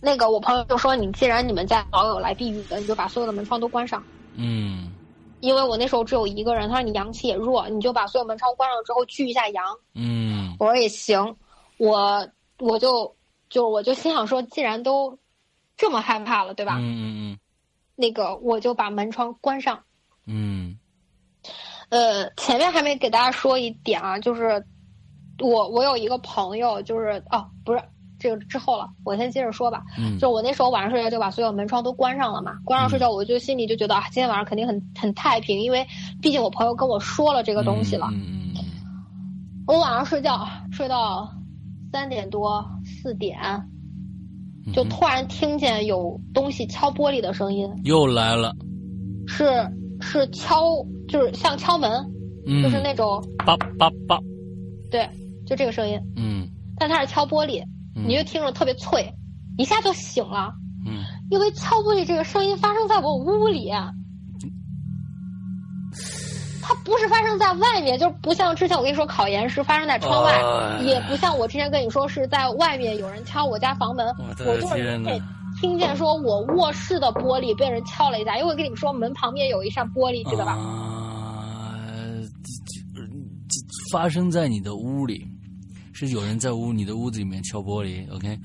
[SPEAKER 5] 那个我朋友就说，你既然你们家老有来避雨的，你就把所有的门窗都关上。
[SPEAKER 3] 嗯
[SPEAKER 5] 因为我那时候只有一个人，他说你阳气也弱，你就把所有门窗关上之后聚一下阳。
[SPEAKER 3] 嗯
[SPEAKER 5] 我说也行，我我就就我就心想说，既然都这么害怕了，对吧？
[SPEAKER 3] 嗯嗯
[SPEAKER 5] 那个我就把门窗关上。
[SPEAKER 3] 嗯
[SPEAKER 5] 呃，前面还没给大家说一点啊，就是我我有一个朋友，就是哦，不是这个之后了，我先接着说吧。
[SPEAKER 3] 嗯，
[SPEAKER 5] 就我那时候晚上睡觉就把所有门窗都关上了嘛，关上睡觉我就心里就觉得啊，今天晚上肯定很很太平，因为毕竟我朋友跟我说了这个东西了。
[SPEAKER 3] 嗯
[SPEAKER 5] 我晚上睡觉啊睡到三点多四点，
[SPEAKER 3] 嗯，
[SPEAKER 5] 就突然听见有东西敲玻璃的声音，
[SPEAKER 3] 又来了，
[SPEAKER 5] 是是敲，就是像敲门，
[SPEAKER 3] 嗯，
[SPEAKER 5] 就是那种
[SPEAKER 3] 叭叭叭，
[SPEAKER 5] 对，就这个声音，
[SPEAKER 3] 嗯，
[SPEAKER 5] 但它是敲玻璃，你就听着特别脆，一下就醒了，
[SPEAKER 3] 嗯
[SPEAKER 5] 因为敲玻璃这个声音发生在我屋里，它不是发生在外面，就不像之前我跟你说考研是发生在窗外，
[SPEAKER 3] 哎
[SPEAKER 5] 也不像我之前跟你说是在外面有人敲我家房门，
[SPEAKER 3] 我
[SPEAKER 5] 我
[SPEAKER 3] 的
[SPEAKER 5] 就是
[SPEAKER 3] 天
[SPEAKER 5] 听
[SPEAKER 3] 哪
[SPEAKER 5] 见听见说我卧室的玻璃被人敲了一下，因为我跟你们说门旁边有一扇玻璃，记
[SPEAKER 3] 嗯
[SPEAKER 5] 得吧？
[SPEAKER 3] 啊，这这这发生在你的屋里，是有人在屋你的屋子里面敲玻璃，OK，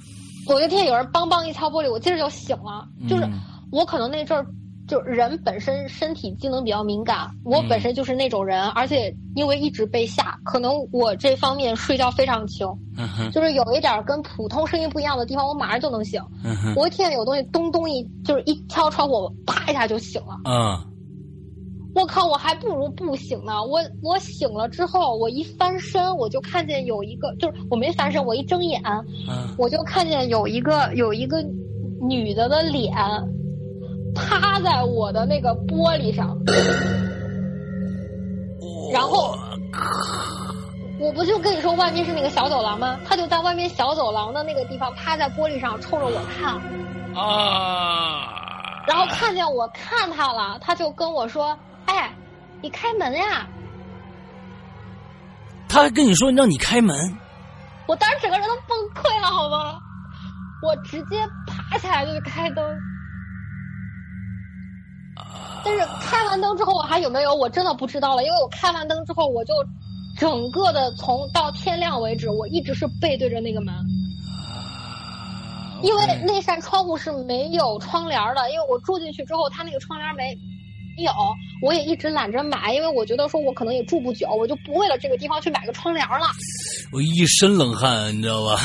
[SPEAKER 5] 我就听见有人梆梆一敲玻璃，我接着就醒了。就是
[SPEAKER 3] 嗯
[SPEAKER 5] 我可能那阵儿，就人本身身体机能比较敏感，我
[SPEAKER 3] 嗯
[SPEAKER 5] 本身就是那种人，而且因为一直被吓，可能我这方面睡觉非常轻，
[SPEAKER 3] 嗯哼
[SPEAKER 5] 就是有一点儿跟普通声音不一样的地方，我马上就能醒。
[SPEAKER 3] 嗯哼，
[SPEAKER 5] 我一听见有东西咚咚一就是一敲窗户，我啪一下就醒了。
[SPEAKER 3] 啊，
[SPEAKER 5] 我靠，我还不如不醒呢。我我醒了之后，我一翻身，我就看见有一个，就是我没翻身，我一睁眼，
[SPEAKER 3] 嗯
[SPEAKER 5] 我就看见有一个有一个女的的脸趴在我的那个玻璃上，然后我不就跟你说外面是那个小走廊吗？他就在外面小走廊的那个地方趴在玻璃上冲着我看，
[SPEAKER 3] 啊！
[SPEAKER 5] 然后看见我看他了，他就跟我说：“哎，你开门呀！”
[SPEAKER 3] 他还跟你说让你开门，
[SPEAKER 5] 我当时整个人都崩溃了，好吗？我直接爬起来就去开灯。但是开完灯之后，我还有没有？我真的不知道了，因为我开完灯之后，我就整个的从到天亮为止，我一直是背对着那个门，因为
[SPEAKER 3] OK
[SPEAKER 5] 那扇窗户是没有窗帘儿的，因为我住进去之后，它那个窗帘儿没没有，我也一直懒着买，因为我觉得说我可能也住不久，我就不为了这个地方去买个窗帘儿了。
[SPEAKER 3] 我一身冷汗，你知道吧？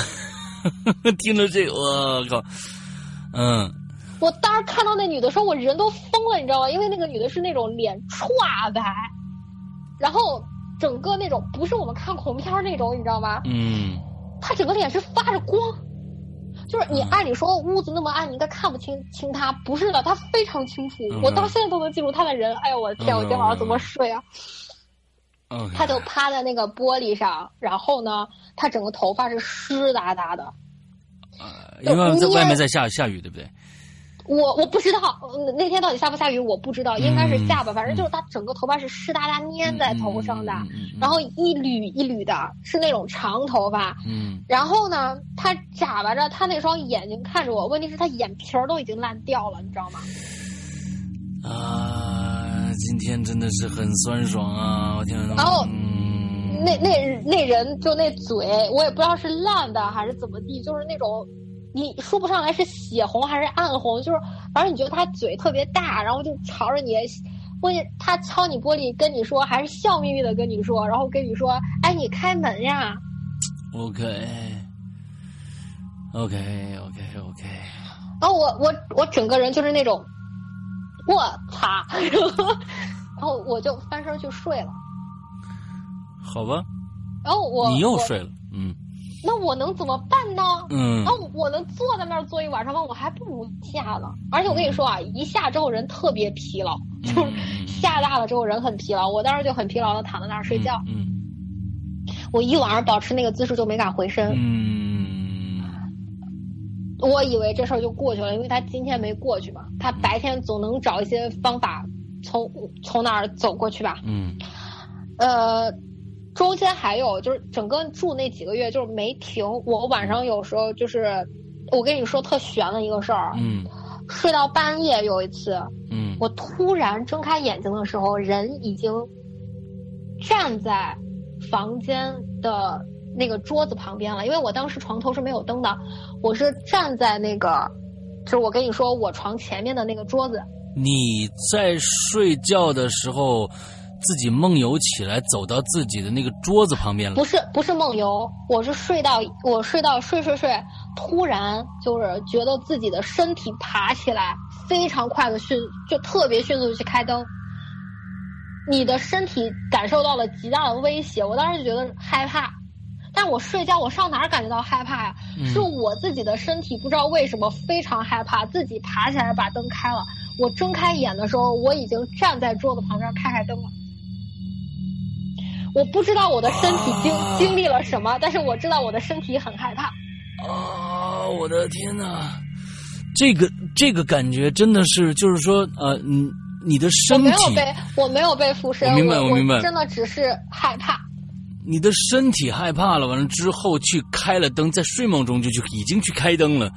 [SPEAKER 3] 听着这个，我靠，嗯，
[SPEAKER 5] 我当时看到那女的时候，我人都疯了，你知道吗？因为那个女的是那种脸歘白，然后整个那种不是我们看恐怖片儿那种，你知道吗？
[SPEAKER 3] 嗯，
[SPEAKER 5] 她整个脸是发着光，就是你按理说屋子那么暗，你应该看不清清她，不是的，她非常清楚
[SPEAKER 3] 嗯，
[SPEAKER 5] 我到现在都能记住她的人。哎呦，我的天，我今天晚上怎么睡啊？
[SPEAKER 3] 嗯 OK
[SPEAKER 5] 她就趴在那个玻璃上，然后呢，她整个头发是湿哒哒的，
[SPEAKER 3] 啊因为在外面在下下雨，对不对？
[SPEAKER 5] 我我不知道嗯那天到底下不下雨，我不知道，应该是下吧，反正
[SPEAKER 3] 嗯
[SPEAKER 5] 就是他整个头发是湿哒哒粘在头上的，
[SPEAKER 3] 嗯嗯嗯嗯
[SPEAKER 5] 然后一缕一缕的，是那种长头发。
[SPEAKER 3] 嗯，
[SPEAKER 5] 然后呢，他眨巴着他那双眼睛看着我，问题是他眼皮儿都已经烂掉了，你知道吗？嗯
[SPEAKER 3] 啊，今天真的是很酸爽啊！我天哪，
[SPEAKER 5] 然后
[SPEAKER 3] 嗯，
[SPEAKER 5] 那那那人就那嘴，我也不知道是烂的还是怎么地，就是那种你说不上来是血红还是暗红，就是反正你觉得他嘴特别大，然后就朝着你，问他敲你玻璃跟你说，还是笑眯眯的跟你说，然后跟你说，哎，你开门呀。
[SPEAKER 3] OK OK OK OK，
[SPEAKER 5] 然后我我我整个人就是那种，我操， 然后我就翻身去睡了。
[SPEAKER 3] 好吧，
[SPEAKER 5] 然后我
[SPEAKER 3] 你又
[SPEAKER 5] 我
[SPEAKER 3] 睡了，嗯
[SPEAKER 5] 那我能怎么办呢？
[SPEAKER 3] 嗯
[SPEAKER 5] 然，后我能坐在那儿坐一晚上吗？我还不如下呢。而且我
[SPEAKER 3] 嗯
[SPEAKER 5] 跟你说啊，一下之后人特别疲劳，哦就是下大了之后人很疲劳。我当时就很疲劳的躺在那儿睡觉，
[SPEAKER 3] 嗯
[SPEAKER 5] 我一晚上保持那个姿势就没敢回身。
[SPEAKER 3] 嗯
[SPEAKER 5] 我以为这事儿就过去了，因为他今天没过去嘛，他白天总能找一些方法从从那儿走过去吧。
[SPEAKER 3] 嗯
[SPEAKER 5] 呃，中间还有就是整个住那几个月就是没停，我晚上有时候就是。我跟你说特悬的一个事儿，
[SPEAKER 3] 嗯
[SPEAKER 5] 睡到半夜有一次，
[SPEAKER 3] 嗯，
[SPEAKER 5] 我突然睁开眼睛的时候，人已经站在房间的那个桌子旁边了。因为我当时床头是没有灯的，我是站在那个，就是我跟你说我床前面的那个桌子。
[SPEAKER 3] 你在睡觉的时候。自己梦游起来，走到自己的那个桌子旁边了
[SPEAKER 5] 不。是不是梦游，我是睡到我睡到睡睡睡，突然就是觉得自己的身体爬起来，非常快的迅就特别迅速地去开灯。你的身体感受到了极大的威胁，我当时就觉得害怕，但我睡觉我上哪儿感觉到害怕呀？
[SPEAKER 3] 嗯
[SPEAKER 5] 是我自己的身体不知道为什么非常害怕，自己爬起来把灯开了。我睁开眼的时候，我已经站在桌子旁边开开灯了。我不知道我的身体经、
[SPEAKER 3] 啊
[SPEAKER 5] 经历了什么，但是我知道我的身体很害怕。
[SPEAKER 3] 啊，我的天哪！这个这个感觉真的是，就是说，呃，你你的
[SPEAKER 5] 我
[SPEAKER 3] 身
[SPEAKER 5] 没有
[SPEAKER 3] 体，
[SPEAKER 5] 被我没有被附身，
[SPEAKER 3] 我
[SPEAKER 5] 我
[SPEAKER 3] 明白我
[SPEAKER 5] 我
[SPEAKER 3] 明白
[SPEAKER 5] 真的只是害怕。
[SPEAKER 3] 你的身体害怕了，完了之后去开了灯，在睡梦中就就已经去开灯了，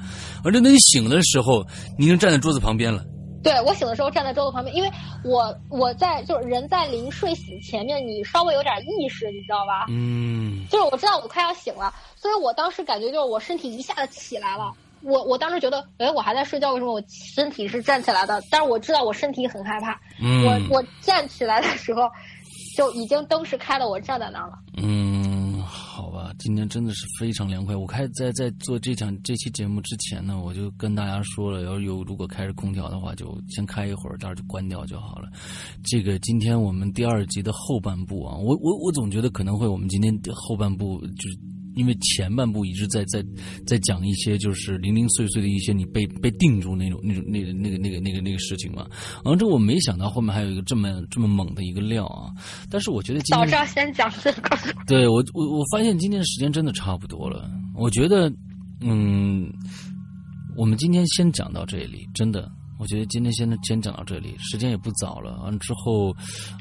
[SPEAKER 3] 完了等你醒的时候，你已经站在桌子旁边了。
[SPEAKER 5] 对我醒的时候站在桌子旁边，因为我我在就是人在临睡醒前面，你稍微有点意识，你知道吧？
[SPEAKER 3] 嗯
[SPEAKER 5] 就是我知道我快要醒了，所以我当时感觉就是我身体一下子起来了。我我当时觉得，哎，我还在睡觉，为什么我身体是站起来的？但是我知道我身体很害怕。
[SPEAKER 3] 嗯，
[SPEAKER 5] 我我站起来的时候，就已经灯是开了，我站在那儿了。
[SPEAKER 3] 嗯，好吧，今天真的是非常凉快。我开在在做这场这期节目之前呢，我就跟大家说了，要是有如果开着空调的话，就先开一会儿，到时候就关掉就好了。这个今天我们第二集的后半部啊，我我我总觉得可能会我们今天后半部就是因为前半部一直在在在讲一些就是零零碎碎的一些你被被定住那种那种那个那个那个那个那个事情嘛。然后这我没想到后面还有一个这么这么猛的一个料啊！但是我觉得今
[SPEAKER 5] 早
[SPEAKER 3] 天
[SPEAKER 5] 知道先讲这个，
[SPEAKER 3] 对我我我发现今天时间真的差不多了，我觉得，嗯，我们今天先讲到这里，真的。我觉得今天先先讲到这里，时间也不早了。完之后，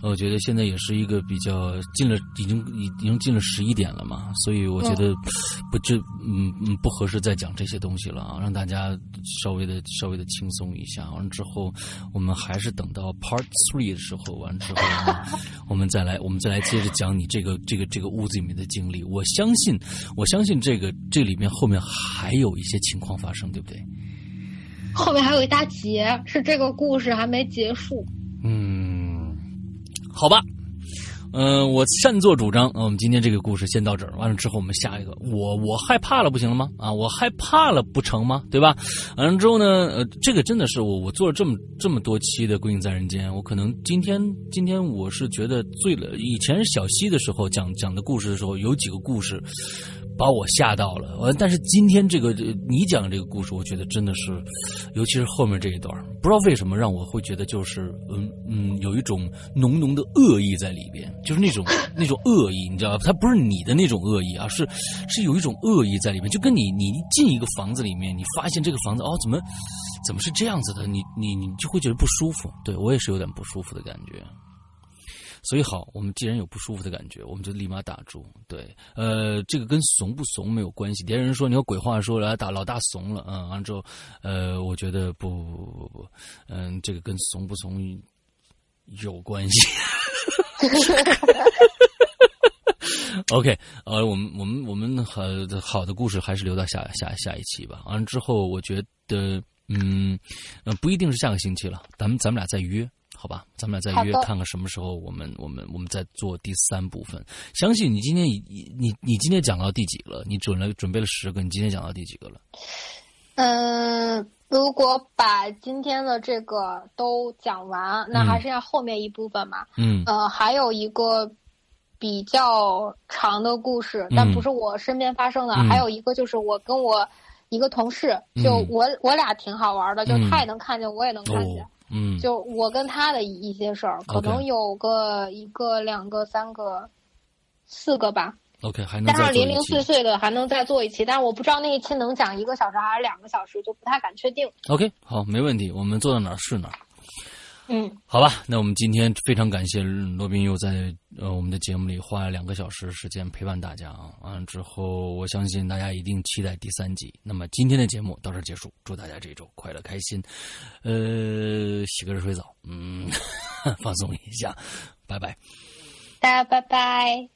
[SPEAKER 3] 呃我觉得现在也是一个比较进了，已经已已经进了十一点了嘛，所以我觉得不这嗯嗯不合适再讲这些东西了啊，让大家稍微的稍微的轻松一下。完之后，我们还是等到 Part Three 的时候，完之后我们再来我们再来接着讲你这个这个这个屋子里面的经历。我相信我相信这个这里面后面还有一些情况发生，对不对？
[SPEAKER 5] 后面还有一大节，是这个故事还没结束。
[SPEAKER 3] 嗯，好吧，嗯、我擅作主张。呃我们今天这个故事先到这儿，完了之后我们下一个，我我害怕了不行了吗？啊，我害怕了不成吗？对吧？完了之后呢，呃，这个真的是我我做了这么这么多期的《归隐在人间》，我可能今天今天我是觉得醉了。以前小溪的时候讲讲的故事的时候，有几个故事把我吓到了。完，但是今天这个呃你讲的这个故事，我觉得真的是，尤其是后面这一段，不知道为什么让我会觉得就是嗯嗯，有一种浓浓的恶意在里边，就是那种那种恶意，你知道吧？它不是你的那种恶意啊，是是有一种恶意在里面，就跟你你一进一个房子里面，你发现这个房子哦怎么怎么是这样子的，你你你就会觉得不舒服。对我也是有点不舒服的感觉。所以好，我们既然有不舒服的感觉，我们就立马打住。对，呃，这个跟怂不怂没有关系。别人说你有鬼话说来打老大怂了，嗯，完了之后，呃，我觉得不不不不不，嗯，这个跟怂不怂有关系。OK，呃，我们我们我们好好的故事还是留到下下下一期吧。完了之后，我觉得，嗯，呃，不一定是下个星期了，咱们咱们俩再约，好吧？咱们俩再约，
[SPEAKER 5] 好的
[SPEAKER 3] 看看什么时候我们我们我们再做第三部分。相信你今天已你你今天讲到第几了？你准了准备了十个，你今天讲到第几个了？
[SPEAKER 5] 嗯，如果把今天的这个都讲完，那还剩下后面一部分嘛。
[SPEAKER 3] 嗯
[SPEAKER 5] 呃，还有一个比较长的故事，但
[SPEAKER 3] 嗯
[SPEAKER 5] 不是我身边发生的，
[SPEAKER 3] 嗯
[SPEAKER 5] 还有一个就是我跟我一个同事，
[SPEAKER 3] 嗯
[SPEAKER 5] 就我我俩挺好玩的，就
[SPEAKER 3] 嗯
[SPEAKER 5] 他也能看见，我也能看见。
[SPEAKER 3] 哦，嗯，
[SPEAKER 5] 就我跟他的一些事儿，可
[SPEAKER 3] OK
[SPEAKER 5] 能有个一个、两个、三个、四个吧，
[SPEAKER 3] OK，还能
[SPEAKER 5] 加
[SPEAKER 3] 再做
[SPEAKER 5] 上零
[SPEAKER 3] 一
[SPEAKER 5] 零
[SPEAKER 3] 期
[SPEAKER 5] 碎。碎的还能再做一期，但是我不知道那一期能讲一个小时还是两个小时，就不太敢确定。
[SPEAKER 3] OK，好，没问题，我们做到哪儿是哪儿。
[SPEAKER 5] 嗯，
[SPEAKER 3] 好吧，那我们今天非常感谢罗宾又在呃我们的节目里花了两个小时时间陪伴大家啊。完了之后，我相信大家一定期待第三集。那么今天的节目到这儿结束，祝大家这一周快乐开心，呃，洗个热水 澡，嗯，放松一下，拜拜。
[SPEAKER 5] 大家拜拜。